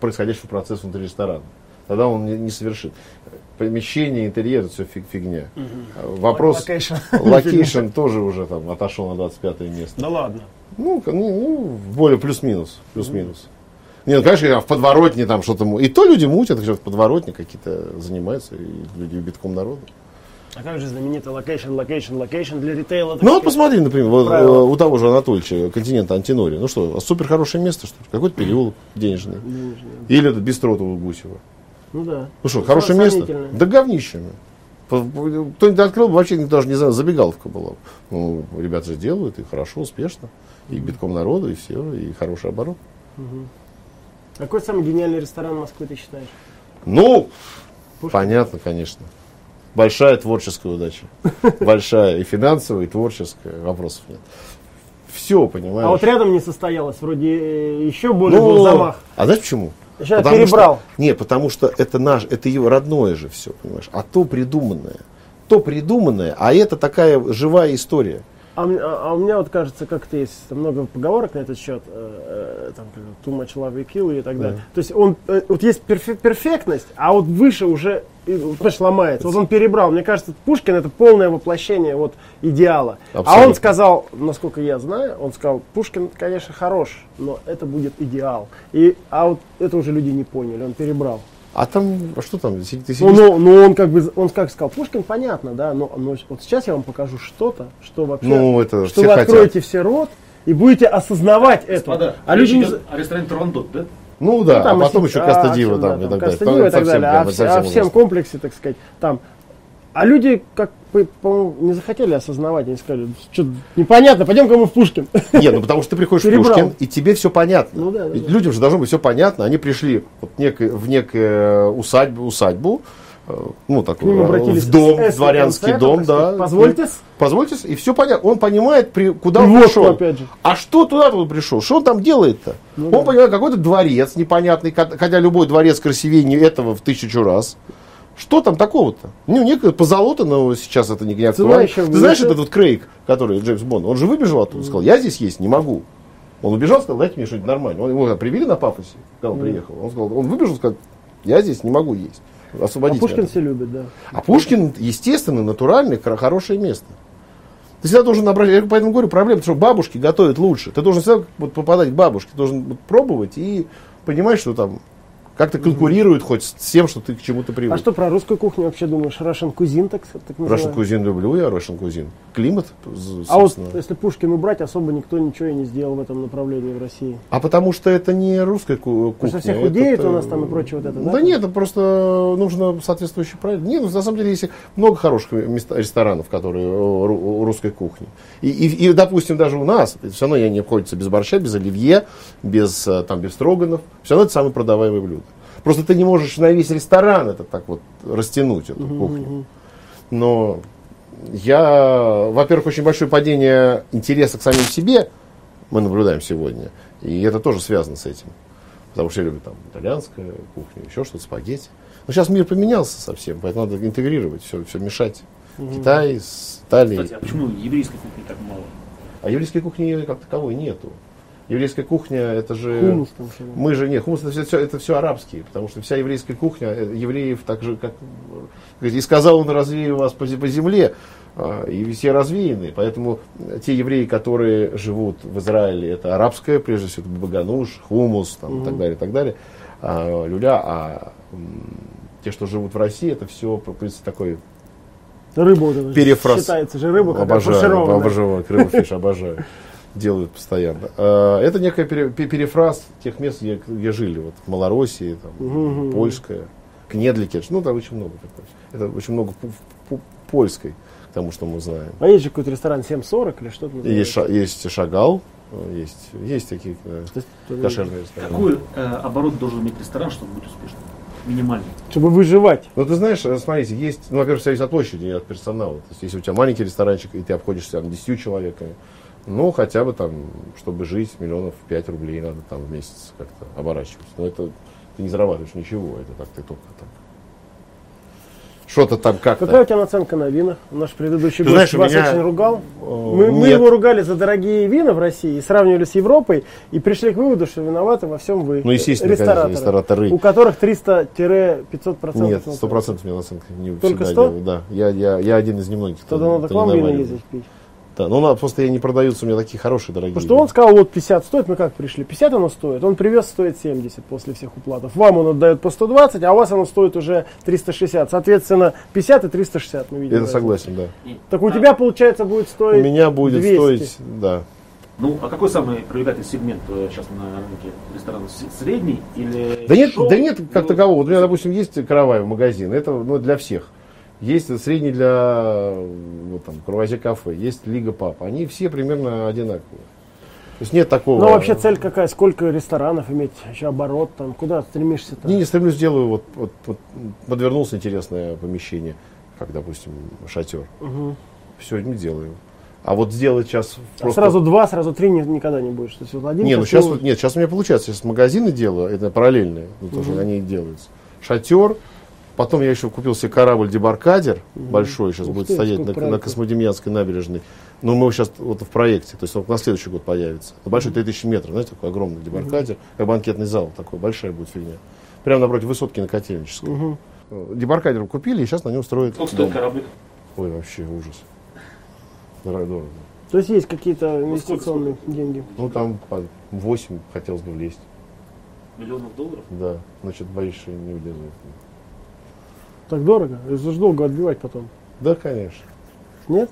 [SPEAKER 3] происходящего процесса внутри ресторана. Тогда он не, не совершит. Помещение, интерьер, все фигня. Э, Вопрос...
[SPEAKER 2] Локейшн.
[SPEAKER 3] Локейшн тоже уже там отошел на 25 место.
[SPEAKER 2] Да ладно.
[SPEAKER 3] Ну, к- ну, ну, в более плюс-минус. Плюс-минус. Не, ну, конечно, в подворотне там что-то... му- И то люди мутят, что в подворотне какие-то занимаются, и люди битком народу.
[SPEAKER 2] А как же знаменитый локейшн, локейшн, локейшн для ритейла? так
[SPEAKER 3] Ну, вот
[SPEAKER 2] сказать?
[SPEAKER 3] посмотри, например, вот, э,
[SPEAKER 2] Правило.
[SPEAKER 3] у того же Анатольевича, континента Антинори. Ну что, супер хорошее место, что ли? Какой-то переулок денежный. Или это бистро у Гусева.
[SPEAKER 2] Ну да.
[SPEAKER 3] Ну что, хорошее
[SPEAKER 2] Сомнительно.
[SPEAKER 3] место? Да говнище. ну. По- по- Кто-нибудь открыл, бы, вообще никто даже не знал, забегаловка была. Ну, ребята же делают, и хорошо, успешно. И битком народу, и все, и хороший оборот.
[SPEAKER 2] Какой самый гениальный ресторан Москвы ты считаешь?
[SPEAKER 3] Ну, понятно, конечно. Большая творческая
[SPEAKER 2] *laughs*
[SPEAKER 3] удача. Большая и финансовая, и творческая. Вопросов нет. Все, понимаешь.
[SPEAKER 2] А вот рядом не состоялось, вроде э, еще более
[SPEAKER 3] Ну,
[SPEAKER 2] был замах.
[SPEAKER 3] А знаешь почему?
[SPEAKER 2] Сейчас перебрал.
[SPEAKER 3] Что, не, потому что это наш, это его родное же все, понимаешь. А то придуманное. То придуманное, а это такая живая история.
[SPEAKER 2] А, мне- а- а у меня вот кажется, как-то есть там много поговорок на этот счет, э, э, там, как бы, too much love you kill и так далее. То есть он, э, вот есть перфе- перфектность, а вот выше уже, и, вот, понимаешь, ломается. Вот он перебрал. Мне кажется, Пушкин это полное воплощение вот идеала. А он
[SPEAKER 3] Абсолютно.
[SPEAKER 2] сказал, насколько я знаю, он сказал, Пушкин, конечно, хорош, но это будет идеал. И, а вот это уже люди не поняли, он перебрал.
[SPEAKER 3] А там, а что там, си- ты
[SPEAKER 2] Ну,
[SPEAKER 3] сидишь,
[SPEAKER 2] ну, ну, он как бы, он как сказал, Пушкин, понятно, да, но, но вот сейчас я вам покажу что-то, что вообще,
[SPEAKER 3] Ну, это
[SPEAKER 2] что вы
[SPEAKER 3] все хотят.
[SPEAKER 2] откроете все рот, и будете осознавать это.
[SPEAKER 1] Господа,
[SPEAKER 2] а
[SPEAKER 1] речь
[SPEAKER 2] люди не...
[SPEAKER 1] идет о ресторане Турандот, да?
[SPEAKER 3] Ну да,
[SPEAKER 2] там
[SPEAKER 3] а потом
[SPEAKER 2] осетин-
[SPEAKER 3] еще Кастадива
[SPEAKER 2] а,
[SPEAKER 3] там и
[SPEAKER 2] там
[SPEAKER 3] так далее.
[SPEAKER 2] Костадива и
[SPEAKER 3] Это
[SPEAKER 2] так далее.
[SPEAKER 3] совсем, да,
[SPEAKER 2] А
[SPEAKER 3] это
[SPEAKER 2] все-
[SPEAKER 3] совсем
[SPEAKER 2] а всем
[SPEAKER 3] ужасно.
[SPEAKER 2] комплексе, так сказать, там. А люди, как бы, по-моему, не захотели осознавать, они сказали, что непонятно, пойдем-ка мы в Пушкин. *laughs*
[SPEAKER 3] *laughs*
[SPEAKER 2] А
[SPEAKER 3] Не, ну потому что ты приходишь
[SPEAKER 2] Перебрал.
[SPEAKER 3] в Пушкин, и тебе все понятно.
[SPEAKER 2] Ну да, да,
[SPEAKER 3] Ведь
[SPEAKER 2] да.
[SPEAKER 3] людям же должно быть все понятно. Они пришли вот нек- в некую усадьбу, усадьбу э, ну,
[SPEAKER 2] К ним
[SPEAKER 3] такую, э,
[SPEAKER 2] обратились.
[SPEAKER 3] в дом,
[SPEAKER 2] с
[SPEAKER 3] дворянский
[SPEAKER 2] эссе-концертом,
[SPEAKER 3] дом,
[SPEAKER 2] так
[SPEAKER 3] да.
[SPEAKER 2] сказать, «Позвольтес».
[SPEAKER 3] И- Позвольтес, и все понятно. Он понимает, при- куда
[SPEAKER 2] И
[SPEAKER 3] он
[SPEAKER 2] водку,
[SPEAKER 3] пришел.
[SPEAKER 2] опять же. Ну
[SPEAKER 3] А что туда он пришел? Что он там делает-то? он понимает, какой-то дворец непонятный, ко- хотя любой дворец красивее не этого в тысячу раз. Что там такого-то? Ну, некое позолото, но сейчас это не, не актуально.
[SPEAKER 2] еще
[SPEAKER 3] Ты знаешь,
[SPEAKER 2] выше.
[SPEAKER 3] этот вот Крейг, который Джеймс Бонд, он же выбежал оттуда, сказал, я здесь есть не могу. Он убежал, сказал, дайте мне что-нибудь нормальное. Он, его когда привели на пафосе, когда он приехал. Он, сказал, он выбежал, сказал, я здесь не могу есть.
[SPEAKER 2] А
[SPEAKER 3] Освободите
[SPEAKER 2] Пушкин
[SPEAKER 3] меня».
[SPEAKER 2] все любит, да.
[SPEAKER 3] А Пушкин, естественно, натуральный, кра- хорошее место. Ты всегда должен набрать, я поэтому говорю, проблема, потому что бабушки готовят лучше. Ты должен всегда вот попадать к бабушке, ты должен вот пробовать и понимать, что там как-то конкурирует хоть с тем, что ты к чему-то привык.
[SPEAKER 2] А что про русскую кухню вообще думаешь? Russian кузин, так, так
[SPEAKER 3] Russian
[SPEAKER 2] называемый?
[SPEAKER 3] кузин люблю я, Russian кузин. Климат, з-
[SPEAKER 2] А вот
[SPEAKER 3] собственно.
[SPEAKER 2] если Пушкин убрать, особо никто ничего и не сделал в этом направлении в России.
[SPEAKER 3] А потому что это не русская ку- кухня.
[SPEAKER 2] что все
[SPEAKER 3] это-
[SPEAKER 2] худеют у нас там и прочее вот это,
[SPEAKER 3] Да,
[SPEAKER 2] да?
[SPEAKER 3] нет, это просто нужно соответствующий правильно. Нет, ну, на самом деле есть много хороших мест- ресторанов, которые э, ру- русской кухни. И, и- и, допустим, даже у нас, все равно я не обходится без борща, без оливье, без, э, там, без строганов. Все равно это самое продаваемое блюдо. Просто ты не можешь на весь ресторан это так вот растянуть, эту кухню. Но я, во-первых, очень большое падение интереса к самим себе мы наблюдаем сегодня. И это тоже связано с этим. Потому что я люблю там итальянскую кухню, еще что-то, спагетти. Но сейчас мир поменялся совсем, поэтому надо интегрировать, все, все мешать. Китай с Италией.
[SPEAKER 1] Кстати, а почему еврейской кухни так мало?
[SPEAKER 3] А еврейской кухни как таковой нету. Еврейская кухня это же...
[SPEAKER 2] Хумус там всё.
[SPEAKER 3] Мы же, нет, хумус это все, это все арабские, потому что вся еврейская кухня э, евреев так же, как... э, И сказал он, развею вас по, зе- по земле, а, и все развеяны. Поэтому э, те евреи, которые живут в Израиле, это арабская, прежде всего, это багануш, хумус, там, и так далее, и так далее, а, люля, а м, те, что живут в России, это все, в принципе, такой
[SPEAKER 2] Рыба вот эта
[SPEAKER 3] Перефраз.
[SPEAKER 2] считается же рыба, когда
[SPEAKER 3] Обожаю,
[SPEAKER 2] фаршированная.
[SPEAKER 3] обожаю,
[SPEAKER 2] *laughs*
[SPEAKER 3] крылофиш, обожаю. Делают постоянно. Э, Это некая пере- пе- перефраз тех мест, где, где жили. Вот в Малороссии, там, Польская, Кнедлике. Ну, там очень много такое. Это очень много пу- пу- польской, к тому, что мы знаем.
[SPEAKER 2] А есть же какой-то ресторан 740 или что-то
[SPEAKER 3] И Есть,
[SPEAKER 2] называется?
[SPEAKER 3] ша- есть шагал, э, есть, есть такие э,
[SPEAKER 2] То есть, э,
[SPEAKER 3] кошерные рестораны.
[SPEAKER 1] Какой э, оборот должен иметь ресторан, чтобы быть успешным? Минимальный.
[SPEAKER 2] Чтобы выживать.
[SPEAKER 3] Ну, ты знаешь, э, смотрите, есть, ну, во-первых, зависит от площади и от персонала. То есть, если у тебя маленький ресторанчик, и ты обходишься там 10 человеками, ну, хотя бы там, чтобы жить, миллионов 5 рублей надо там в месяц как-то оборачивать. Но это ты не зарабатываешь ничего, это так ты только так. Что-то там как-то.
[SPEAKER 2] Какая у тебя наценка на винах? Наш предыдущий
[SPEAKER 3] Ты
[SPEAKER 2] гость
[SPEAKER 3] знаешь, у
[SPEAKER 2] вас
[SPEAKER 3] меня-
[SPEAKER 2] очень ругал.
[SPEAKER 3] О,
[SPEAKER 2] Мы, мы
[SPEAKER 3] нет.
[SPEAKER 2] его ругали за дорогие вина в России и сравнивали с Европой и пришли к выводу, что виноваты во всем вы.
[SPEAKER 3] Ну, естественно,
[SPEAKER 2] рестораторы,
[SPEAKER 3] конечно, рестораторы.
[SPEAKER 2] У которых 300-500%
[SPEAKER 3] Нет,
[SPEAKER 2] наценка.
[SPEAKER 3] сто процентов мне наценка не
[SPEAKER 2] Только
[SPEAKER 3] всегда
[SPEAKER 2] 100?
[SPEAKER 3] делаю, Да, я, я, я один из немногих. кто-
[SPEAKER 2] Тогда надо
[SPEAKER 3] кто
[SPEAKER 2] к
[SPEAKER 3] не
[SPEAKER 2] вам вина
[SPEAKER 3] наваливает.
[SPEAKER 2] ездить пить.
[SPEAKER 3] Да, ну, на- просто я не продаются, у меня такие хорошие, дорогие.
[SPEAKER 2] Потому что он сказал, вот 50 стоит, мы как пришли? 50 оно стоит, он привез, стоит 70 после всех уплатов. Вам он отдает по 120, а у вас оно стоит уже 360. Соответственно, 50 и 360 мы видим.
[SPEAKER 3] Я
[SPEAKER 2] разницу.
[SPEAKER 3] согласен, да.
[SPEAKER 2] Так у тебя, получается, будет стоить
[SPEAKER 3] У меня будет
[SPEAKER 2] 200.
[SPEAKER 3] стоить, да,
[SPEAKER 1] Ну, а какой самый привлекательный сегмент э, сейчас на рынке ресторанов? С- Средний или
[SPEAKER 3] Да нет,
[SPEAKER 1] шоу?
[SPEAKER 3] да нет как
[SPEAKER 1] Ну,
[SPEAKER 3] такового. Вот У меня, допустим, есть каравай в магазин. Это ну, для всех. Есть средний для вот, там, Кровозе кафе, есть Лига Пап. Они все примерно одинаковые. То есть нет такого.
[SPEAKER 2] Ну, вообще цель какая? Сколько ресторанов иметь, еще оборот там? Куда стремишься-то?
[SPEAKER 3] Не, не стремлюсь, делаю, вот, вот, вот подвернулось интересное помещение, как, допустим, шатер. Сегодня делаю. А вот сделать сейчас
[SPEAKER 2] А Сразу два, сразу три ни- никогда не будешь. То есть вот один
[SPEAKER 3] Не, ну
[SPEAKER 2] красивый.
[SPEAKER 3] сейчас вот, нет, сейчас у меня получается, сейчас магазины делаю, это параллельные, ну, тоже они и делаются. Шатер, потом я еще купил себе корабль дебаркадер большой, сейчас
[SPEAKER 2] Ух
[SPEAKER 3] будет
[SPEAKER 2] ты,
[SPEAKER 3] стоять на,
[SPEAKER 2] сколько
[SPEAKER 3] на
[SPEAKER 2] проектов.
[SPEAKER 3] Космодемьянской набережной. Но мы сейчас вот в проекте, то есть он на следующий год появится. Ну, Большой 3000 метров, знаете, такой огромный дебаркадер, как банкетный зал такой, большая будет фигня. Прямо напротив высотки на Котельнической. Э, Дебаркадер купили, и сейчас на нем строят
[SPEAKER 1] Сколько стоит
[SPEAKER 3] дом.
[SPEAKER 1] корабль?
[SPEAKER 3] Ой, вообще ужас. Дорого, дорого.
[SPEAKER 2] То есть есть какие-то
[SPEAKER 1] сколько-
[SPEAKER 2] инвестиционные деньги.
[SPEAKER 3] Ну там по 8 хотелось бы влезть.
[SPEAKER 1] Миллионов долларов?
[SPEAKER 3] Да, значит, боюсь, что не удержит.
[SPEAKER 2] Так дорого? Это же долго отбивать потом.
[SPEAKER 3] Да, конечно.
[SPEAKER 2] Нет?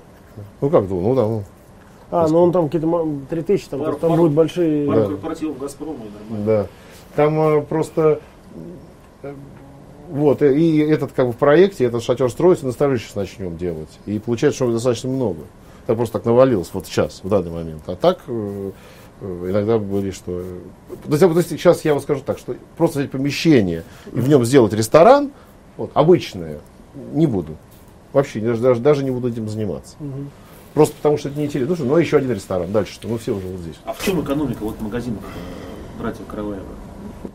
[SPEAKER 3] Ну как думал, ну да, ну.
[SPEAKER 2] А, ну он там какие-то ма- 3000, там,
[SPEAKER 1] Пару-
[SPEAKER 2] там
[SPEAKER 1] пару-
[SPEAKER 2] будут большие...
[SPEAKER 1] Пару
[SPEAKER 3] Да.
[SPEAKER 1] корпоративов Газпрома и нормально.
[SPEAKER 3] Да. Там э, просто э, вот, э, и этот как бы в проекте, этот шатер строится, на Ставрище сейчас начнем делать. И получается, что достаточно много. Это просто так навалилось вот сейчас, в данный момент. А так э, э, иногда были, что... э, То есть, а, то есть сейчас я вам скажу так, что просто взять помещение и в нем сделать ресторан, вот, обычное, не буду. Вообще, даже, даже, даже не буду этим заниматься. Просто потому, что это не интересно. Ну, что, ну, еще один ресторан, дальше что? Ну, все уже вот здесь.
[SPEAKER 1] А в чем экономика вот магазинов э, братьев Караваева?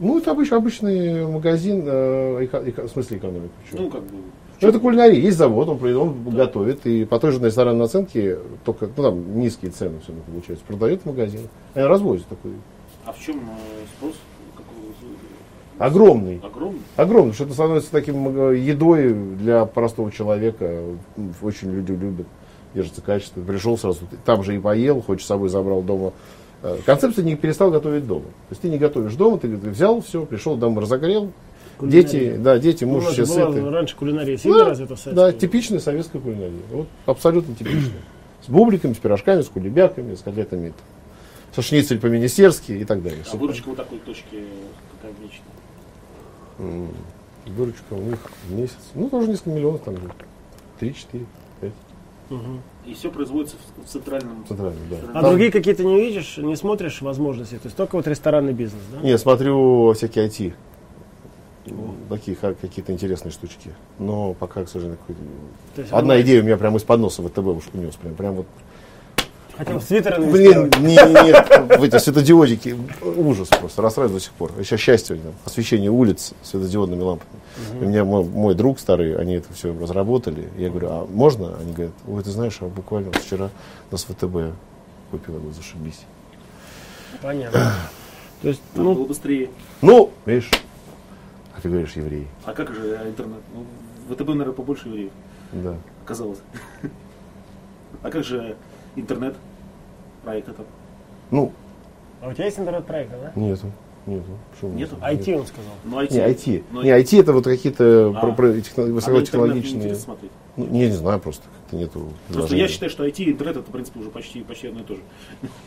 [SPEAKER 3] Ну, это обыч- обычный магазин, э, эко- эко- в смысле экономика.
[SPEAKER 1] Ну, как бы,
[SPEAKER 3] Ну, это кулинария, есть завод, он, при- он готовит, и по той же ресторанной оценке, только, ну, там низкие цены все равно получается, продает в магазин, Они развозят такой,
[SPEAKER 1] а в чем э, спрос какой,
[SPEAKER 3] огромный,
[SPEAKER 1] э, огромный?
[SPEAKER 3] огромный, потому что это становится таким э, едой для простого человека, М, очень люди любят, держится качество, пришел сразу, ты там же и поел, хоть с собой забрал дома, Э, Концепция не перестал готовить дома. То есть ты не готовишь дома, ты, ты взял все, пришел домой, разогрел. Дети,
[SPEAKER 2] Кулинария.
[SPEAKER 3] да, дети,
[SPEAKER 2] Ну,
[SPEAKER 3] муж,
[SPEAKER 2] раньше
[SPEAKER 3] все
[SPEAKER 2] была-
[SPEAKER 3] сыты.
[SPEAKER 2] Раньше кулинария сильно развита в Советском
[SPEAKER 3] Да,
[SPEAKER 2] Союзе.
[SPEAKER 3] типичная советская кулинария. Вот абсолютно типичная. С бубликами, с пирожками, с кулебяками, с котлетами. там, Со шницель по-министерски и так далее.
[SPEAKER 1] А выручка вот такой точки какая месячная?
[SPEAKER 3] Выручка у них в месяц. Ну, тоже несколько миллионов там. 3-4, 5.
[SPEAKER 1] И все производится в, в центральном...
[SPEAKER 3] Центрально, да.
[SPEAKER 2] А
[SPEAKER 1] Там-
[SPEAKER 2] другие какие-то не видишь, не смотришь возможности? То есть только вот ресторанный бизнес, да?
[SPEAKER 3] Не, смотрю всякие IT. Такие ха- какие-то интересные штучки. Но пока, к сожалению, какой-то-
[SPEAKER 2] То есть
[SPEAKER 3] Одна
[SPEAKER 2] он
[SPEAKER 3] идея у меня прямо из-под носа ВТБ уж унес. Прям, прям вот
[SPEAKER 2] Хотел в свитер
[SPEAKER 3] Блин,
[SPEAKER 2] инвестировать.
[SPEAKER 3] не, не, нет, в эти светодиодики. Ужас просто, расстраиваюсь до сих пор. Еще счастье у них там, освещение улиц светодиодными лампами. У меня мой, мой друг старый, они это все разработали. Я говорю, а можно? Они говорят, ой, ты знаешь, а буквально вот вчера нас ВТБ купил, я говорю, зашибись.
[SPEAKER 2] Понятно. То есть,
[SPEAKER 1] Там
[SPEAKER 2] ну,
[SPEAKER 1] было быстрее.
[SPEAKER 3] Ну, видишь, а ты говоришь, евреи.
[SPEAKER 1] А как же э, интернет? Ну, ВТБ, наверное, побольше евреев
[SPEAKER 3] Да.
[SPEAKER 1] оказалось. *laughs* А как же интернет? Проект этот?
[SPEAKER 3] Ну,
[SPEAKER 2] а у тебя есть интернет-проект, да?
[SPEAKER 3] нету, нету. Почему
[SPEAKER 1] Нету?
[SPEAKER 2] IT он сказал.
[SPEAKER 1] Ну, IT.
[SPEAKER 3] Не, IT.
[SPEAKER 1] Ну,
[SPEAKER 3] не, IT это вот какие-то
[SPEAKER 1] А.
[SPEAKER 3] про- про- техно-
[SPEAKER 1] а на интернет не
[SPEAKER 3] высокотехнологичные.
[SPEAKER 1] интересно смотреть.
[SPEAKER 3] Ну, не, не знаю, просто как-то нету.
[SPEAKER 1] Просто
[SPEAKER 3] приложения.
[SPEAKER 1] я считаю, что IT и интернет это, в принципе, уже почти, почти одно и то же.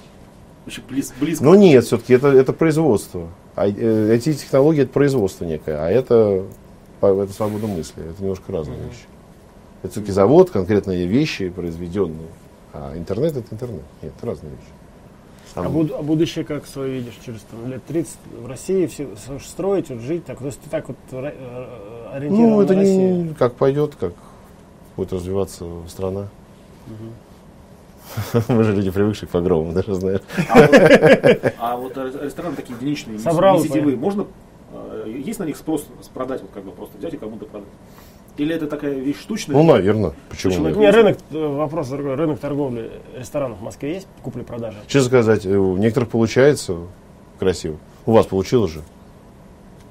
[SPEAKER 1] *laughs* Вообще близ- близко.
[SPEAKER 3] Ну нет, все-таки это, это производство. А, э, Эти технологии это производство некое, а это, по- это свобода мысли, это немножко разные вещи. Это все-таки завод, конкретные вещи произведенные. А интернет это интернет. Нет, это разные вещи.
[SPEAKER 2] А,
[SPEAKER 3] Там-
[SPEAKER 2] буд- а будущее как свое видишь через там, лет 30 в России все с- строить, вот, жить так? То есть ты так вот ра- э, ориентирован
[SPEAKER 3] ну, это
[SPEAKER 2] на Россию?
[SPEAKER 3] не как пойдет, как будет развиваться страна. *laughs* Мы же люди, привыкшие к погромам, даже знаешь.
[SPEAKER 1] А вот- А вот ре- рестораны такие единичные, не с-
[SPEAKER 2] Собрал
[SPEAKER 1] не
[SPEAKER 2] бы.
[SPEAKER 1] сетевые, можно э, есть на них спрос с- продать, вот как бы просто взять и кому-то продать? Или это такая вещь штучная?
[SPEAKER 3] Ну, наверное, почему
[SPEAKER 1] Человек-
[SPEAKER 3] нет?
[SPEAKER 2] Не, рынок, э, вопрос другой. Рынок торговли ресторанов в Москве есть? Купли-продажи?
[SPEAKER 3] Честно сказать, э, у некоторых получается красиво. У вас получилось же.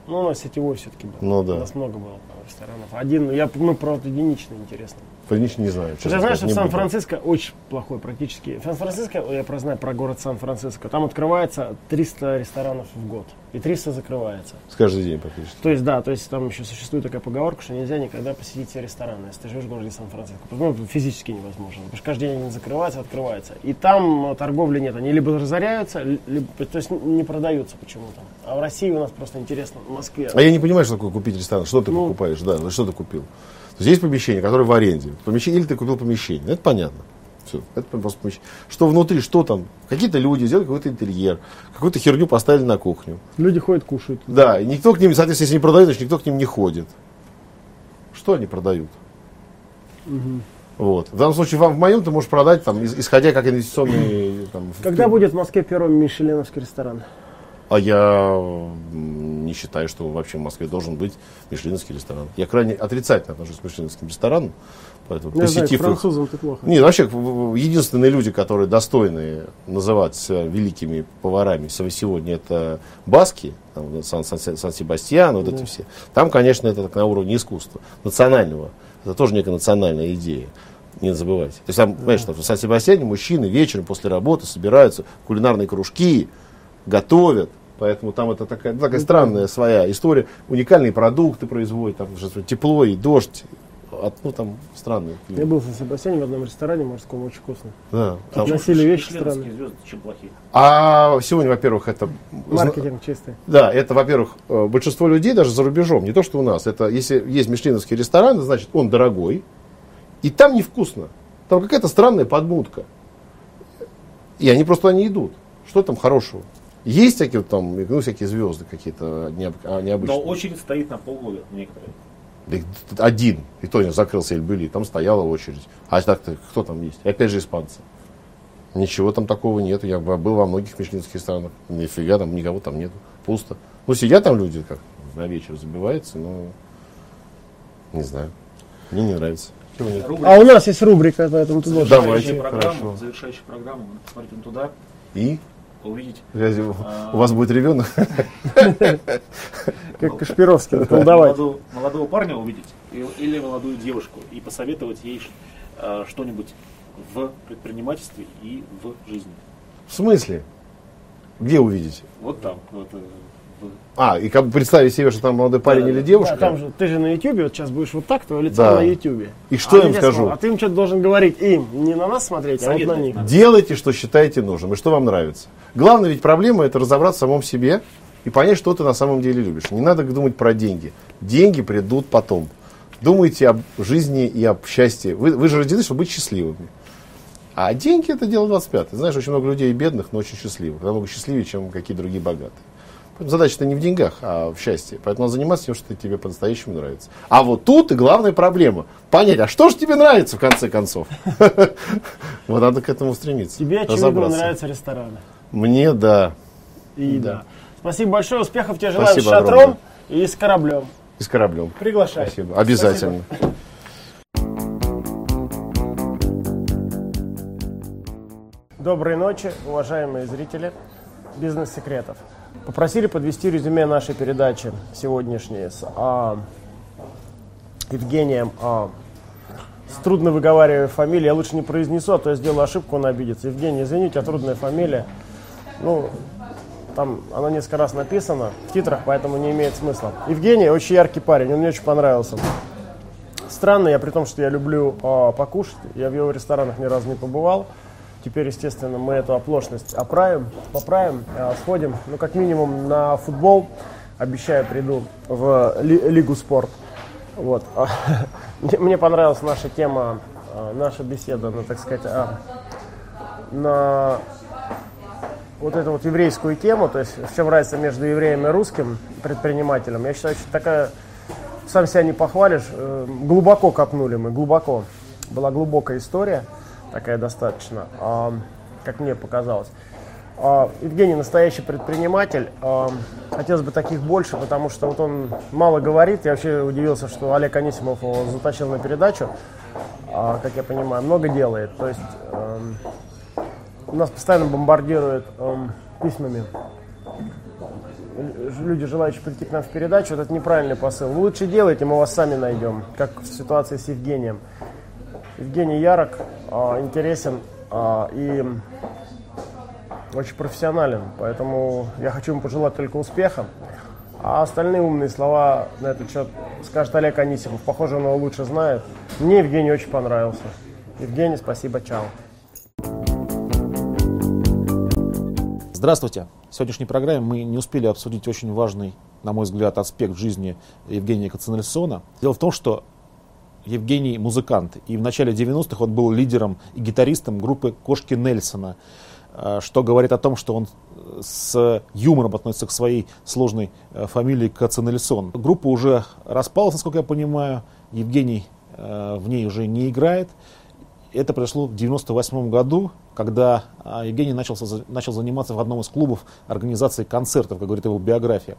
[SPEAKER 2] Ну, у нас сетевой все-таки был.
[SPEAKER 3] Ну, да.
[SPEAKER 2] У нас много было по-моему, ресторанов. Один, ну, я, мы про вот единичный интересно.
[SPEAKER 3] Конечно, не знаю.
[SPEAKER 2] Ты
[SPEAKER 3] честно
[SPEAKER 2] знаешь,
[SPEAKER 3] сказать,
[SPEAKER 2] что в
[SPEAKER 3] не буду.
[SPEAKER 2] Сан-Франциско очень плохой практически. В Сан-Франциско, я просто знаю про город Сан-Франциско, там открывается 300 ресторанов в год. И 300 закрывается.
[SPEAKER 3] С каждый день практически.
[SPEAKER 2] То есть, да, то есть там еще существует такая поговорка, что нельзя никогда посетить все рестораны, если ты живешь в городе Сан-Франциско. Ну, физически невозможно, потому что каждый день они закрываются, открываются. И там э, торговли нет, они либо разоряются, ли- либо, то есть не продаются почему-то. А в России у нас просто интересно, в Москве.
[SPEAKER 3] А я не понимаю, что такое купить ресторан. Что ты
[SPEAKER 2] Ну.
[SPEAKER 3] покупаешь? Да, ну, что ты купил? То есть есть помещение, которое в аренде. Помещение, или ты купил помещение. Это понятно. Все, это просто помещение. Что внутри, что там? Какие-то люди сделали какой-то интерьер, какую-то херню поставили на кухню.
[SPEAKER 2] Люди ходят, кушают.
[SPEAKER 3] Да, и никто к ним, соответственно, если не продают, значит, никто к ним не ходит. Что они продают? Вот. В данном случае вам в моем ты можешь продать, там, ис- исходя как инвестиционный... Там, в-
[SPEAKER 2] Когда будет в Москве первый мишеленовский ресторан?
[SPEAKER 3] А я м, не считаю, что вообще в Москве должен быть мишленовский ресторан. Я крайне отрицательно отношусь к мишленовским ресторанам, поэтому
[SPEAKER 2] Ну, Я знаю,
[SPEAKER 3] посетив их...
[SPEAKER 2] французам ты плохо.
[SPEAKER 3] Нет, ну, вообще, в- в- единственные люди, которые достойны называться великими поварами со- сегодня, это Баски, там, Сан- Сан- Сан- Сан-Себастьян, вот эти все. Там, конечно, это так на уровне искусства, национального. Это тоже некая национальная идея. Не забывайте. То есть там, понимаешь, там в Сан-Себастьяне мужчины вечером после работы собираются в кулинарные кружки, готовят. Поэтому там это такая, ну, такая странная своя история. Уникальные продукты производят, там же тепло и дождь, от, ну, там, странные.
[SPEAKER 2] Я был в Сан-Себастьяне в одном ресторане морском, очень вкусно.
[SPEAKER 3] Да, там-
[SPEAKER 2] Носили вещи
[SPEAKER 5] Членовские
[SPEAKER 2] странные.
[SPEAKER 5] звезды, чем плохие.
[SPEAKER 3] А сегодня, во-первых, это...
[SPEAKER 2] Маркетинг чистый.
[SPEAKER 3] Да, это, во-первых, э, большинство людей даже за рубежом, не то что у нас. Это если есть мишленовский ресторан, значит, он дорогой, и там невкусно. Там какая-то странная подмутка. И они просто не идут. Что там хорошего? Есть такие вот там, ну, всякие звезды какие-то необ- а, необычные.
[SPEAKER 5] Но очередь стоит на полгода некоторые.
[SPEAKER 3] Да их тут Один, и то не закрылся Эльбели, там стояла очередь. А так-то кто там есть? И опять же испанцы. Ничего там такого нету. Я б- был во многих мишленских странах. Нифига там никого там нету. Пусто. Ну, сидят там люди, как на вечер забиваются, но не знаю. Мне не нравится. Чего нет?
[SPEAKER 5] Рубрика
[SPEAKER 2] А у нас есть рубрика, поэтому ты должен.
[SPEAKER 3] Давайте,
[SPEAKER 5] Завершающая программа,
[SPEAKER 3] хорошо.
[SPEAKER 5] завершающая программа, вы посмотрите туда,
[SPEAKER 3] И?
[SPEAKER 5] увидите.
[SPEAKER 3] Разве у у вас будет ребенок?
[SPEAKER 2] Как Кашпировский,
[SPEAKER 3] Ну,
[SPEAKER 2] наколдовать.
[SPEAKER 5] Молодого, молодого парня увидеть и- или молодую девушку и посоветовать ей э, что-нибудь в предпринимательстве и в жизни.
[SPEAKER 3] *laughs* В смысле? Где увидите?
[SPEAKER 5] Вот там. Вот, э, в-
[SPEAKER 3] А, и как бы представить себе, что там молодой парень или девушка.
[SPEAKER 2] Да, там же, ты же на Ютубе, вот сейчас будешь вот так, твое лицо
[SPEAKER 3] Да.
[SPEAKER 2] на Ютубе.
[SPEAKER 3] И что им
[SPEAKER 2] тебе
[SPEAKER 3] скажу?
[SPEAKER 2] сказал, А ты им что-то должен говорить им, не на нас смотреть, а вот на
[SPEAKER 5] Советовать
[SPEAKER 2] них.
[SPEAKER 5] надо.
[SPEAKER 3] Делайте, что считаете нужным и что вам нравится. Главное ведь проблема это разобраться в самом себе и понять, что ты на самом деле любишь. Не надо думать про деньги. Деньги придут потом. Думайте об жизни и об счастье. Вы, вы же родились, чтобы быть счастливыми. А деньги это дело 25. Знаешь, очень много людей бедных, но очень счастливых. Намного счастливее, чем какие другие богатые. Поэтому задача-то не в деньгах, а в счастье. Поэтому надо заниматься тем, что тебе по-настоящему нравится. А вот тут и главная проблема. Понять, а что же тебе нравится в конце концов? *laughs* Вот надо к этому стремиться.
[SPEAKER 2] Тебе, а очевидно,
[SPEAKER 3] разобраться.
[SPEAKER 2] нравятся рестораны.
[SPEAKER 3] Мне да.
[SPEAKER 2] И да. Спасибо большое, успехов тебе желаем
[SPEAKER 3] Спасибо
[SPEAKER 2] с шатром
[SPEAKER 3] огромное.
[SPEAKER 2] и с кораблем.
[SPEAKER 3] И с кораблем.
[SPEAKER 2] Приглашаю.
[SPEAKER 3] Спасибо. Обязательно.
[SPEAKER 2] Доброй ночи, уважаемые зрители «Бизнес-секретов». Попросили подвести резюме нашей передачи сегодняшней с а, Евгением а, с трудно выговариваемой фамилией. Я лучше не произнесу, а то я сделаю ошибку, он обидится. Евгений, извини, у тебя трудная фамилия. Ну, там она несколько раз написана в титрах, поэтому не имеет смысла. Евгений очень яркий парень, он мне очень понравился. Странно, я при том, что я люблю а, покушать, я в его ресторанах ни разу не побывал. Теперь, естественно, мы эту оплошность оправим, поправим, а, сходим. Ну, как минимум, на футбол, обещаю, приду в ли- Лигу спорт. Вот. *laughs* Мне мне понравилась наша тема, а, наша беседа, на, так сказать, а, на вот эту вот еврейскую тему, то есть в чем разница между евреем и русским предпринимателем. Я считаю, что такая сам себя не похвалишь. Э, Глубоко копнули мы, глубоко. Была глубокая история, такая достаточно, а, как мне показалось. А, Евгений настоящий предприниматель. А, Хотелось бы таких больше, потому что вот он мало говорит. Я вообще удивился, что Олег Анисимов его затащил на передачу. А, Как я понимаю, много делает. То есть эм, нас постоянно бомбардируют эм, письмами ж- люди, желающие прийти к нам в передачу, вот это неправильный посыл. Вы лучше делайте, мы вас сами найдем, как в ситуации с Евгением. Евгений ярок, а, интересен а, и очень профессионален, поэтому я хочу ему пожелать только успеха. А остальные умные слова на этот счет скажет Олег Анисимов. Похоже, он его лучше знает. Мне Евгений очень понравился. Евгений, спасибо, чао.
[SPEAKER 1] Здравствуйте. В сегодняшней программе мы не успели обсудить очень важный, на мой взгляд, аспект жизни Евгения Кацинельсона. Дело в том, что Евгений музыкант, и в начале 90-х он был лидером и гитаристом группы «Кошки Нельсона», э, что говорит о том, что он э, с юмором относится к своей сложной э, фамилии Кацинельсон. Группа уже распалась, насколько я понимаю, Евгений э, в ней уже не играет, это произошло в 1998 году, когда а, Евгений начал, соза- начал заниматься в одном из клубов организации концертов, как говорит его биография.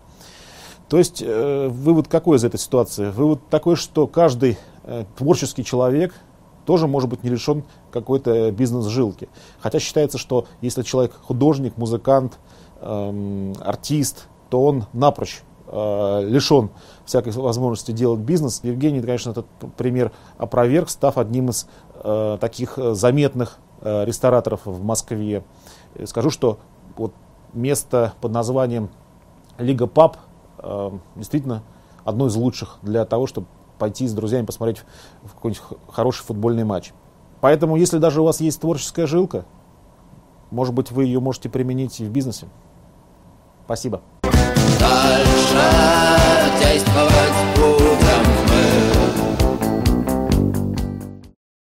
[SPEAKER 1] То есть э, вывод какой из этой ситуации? Вывод такой, что каждый э, творческий человек тоже может быть не лишен какой-то бизнес-жилки. Хотя считается, что если человек художник, музыкант, эм, артист, то он напрочь э, лишен всякой возможности делать бизнес. Евгений, конечно, этот п- пример опроверг, став одним из э, таких э, заметных э, рестораторов в Москве. Э, Скажу, что вот место под названием Лига ПАП э, действительно одно из лучших для того, чтобы пойти с друзьями посмотреть в какой-нибудь х- хороший футбольный матч. Поэтому, если даже у вас есть творческая жилка, может быть, вы ее можете применить и в бизнесе. Спасибо.
[SPEAKER 6] Дальше действовать.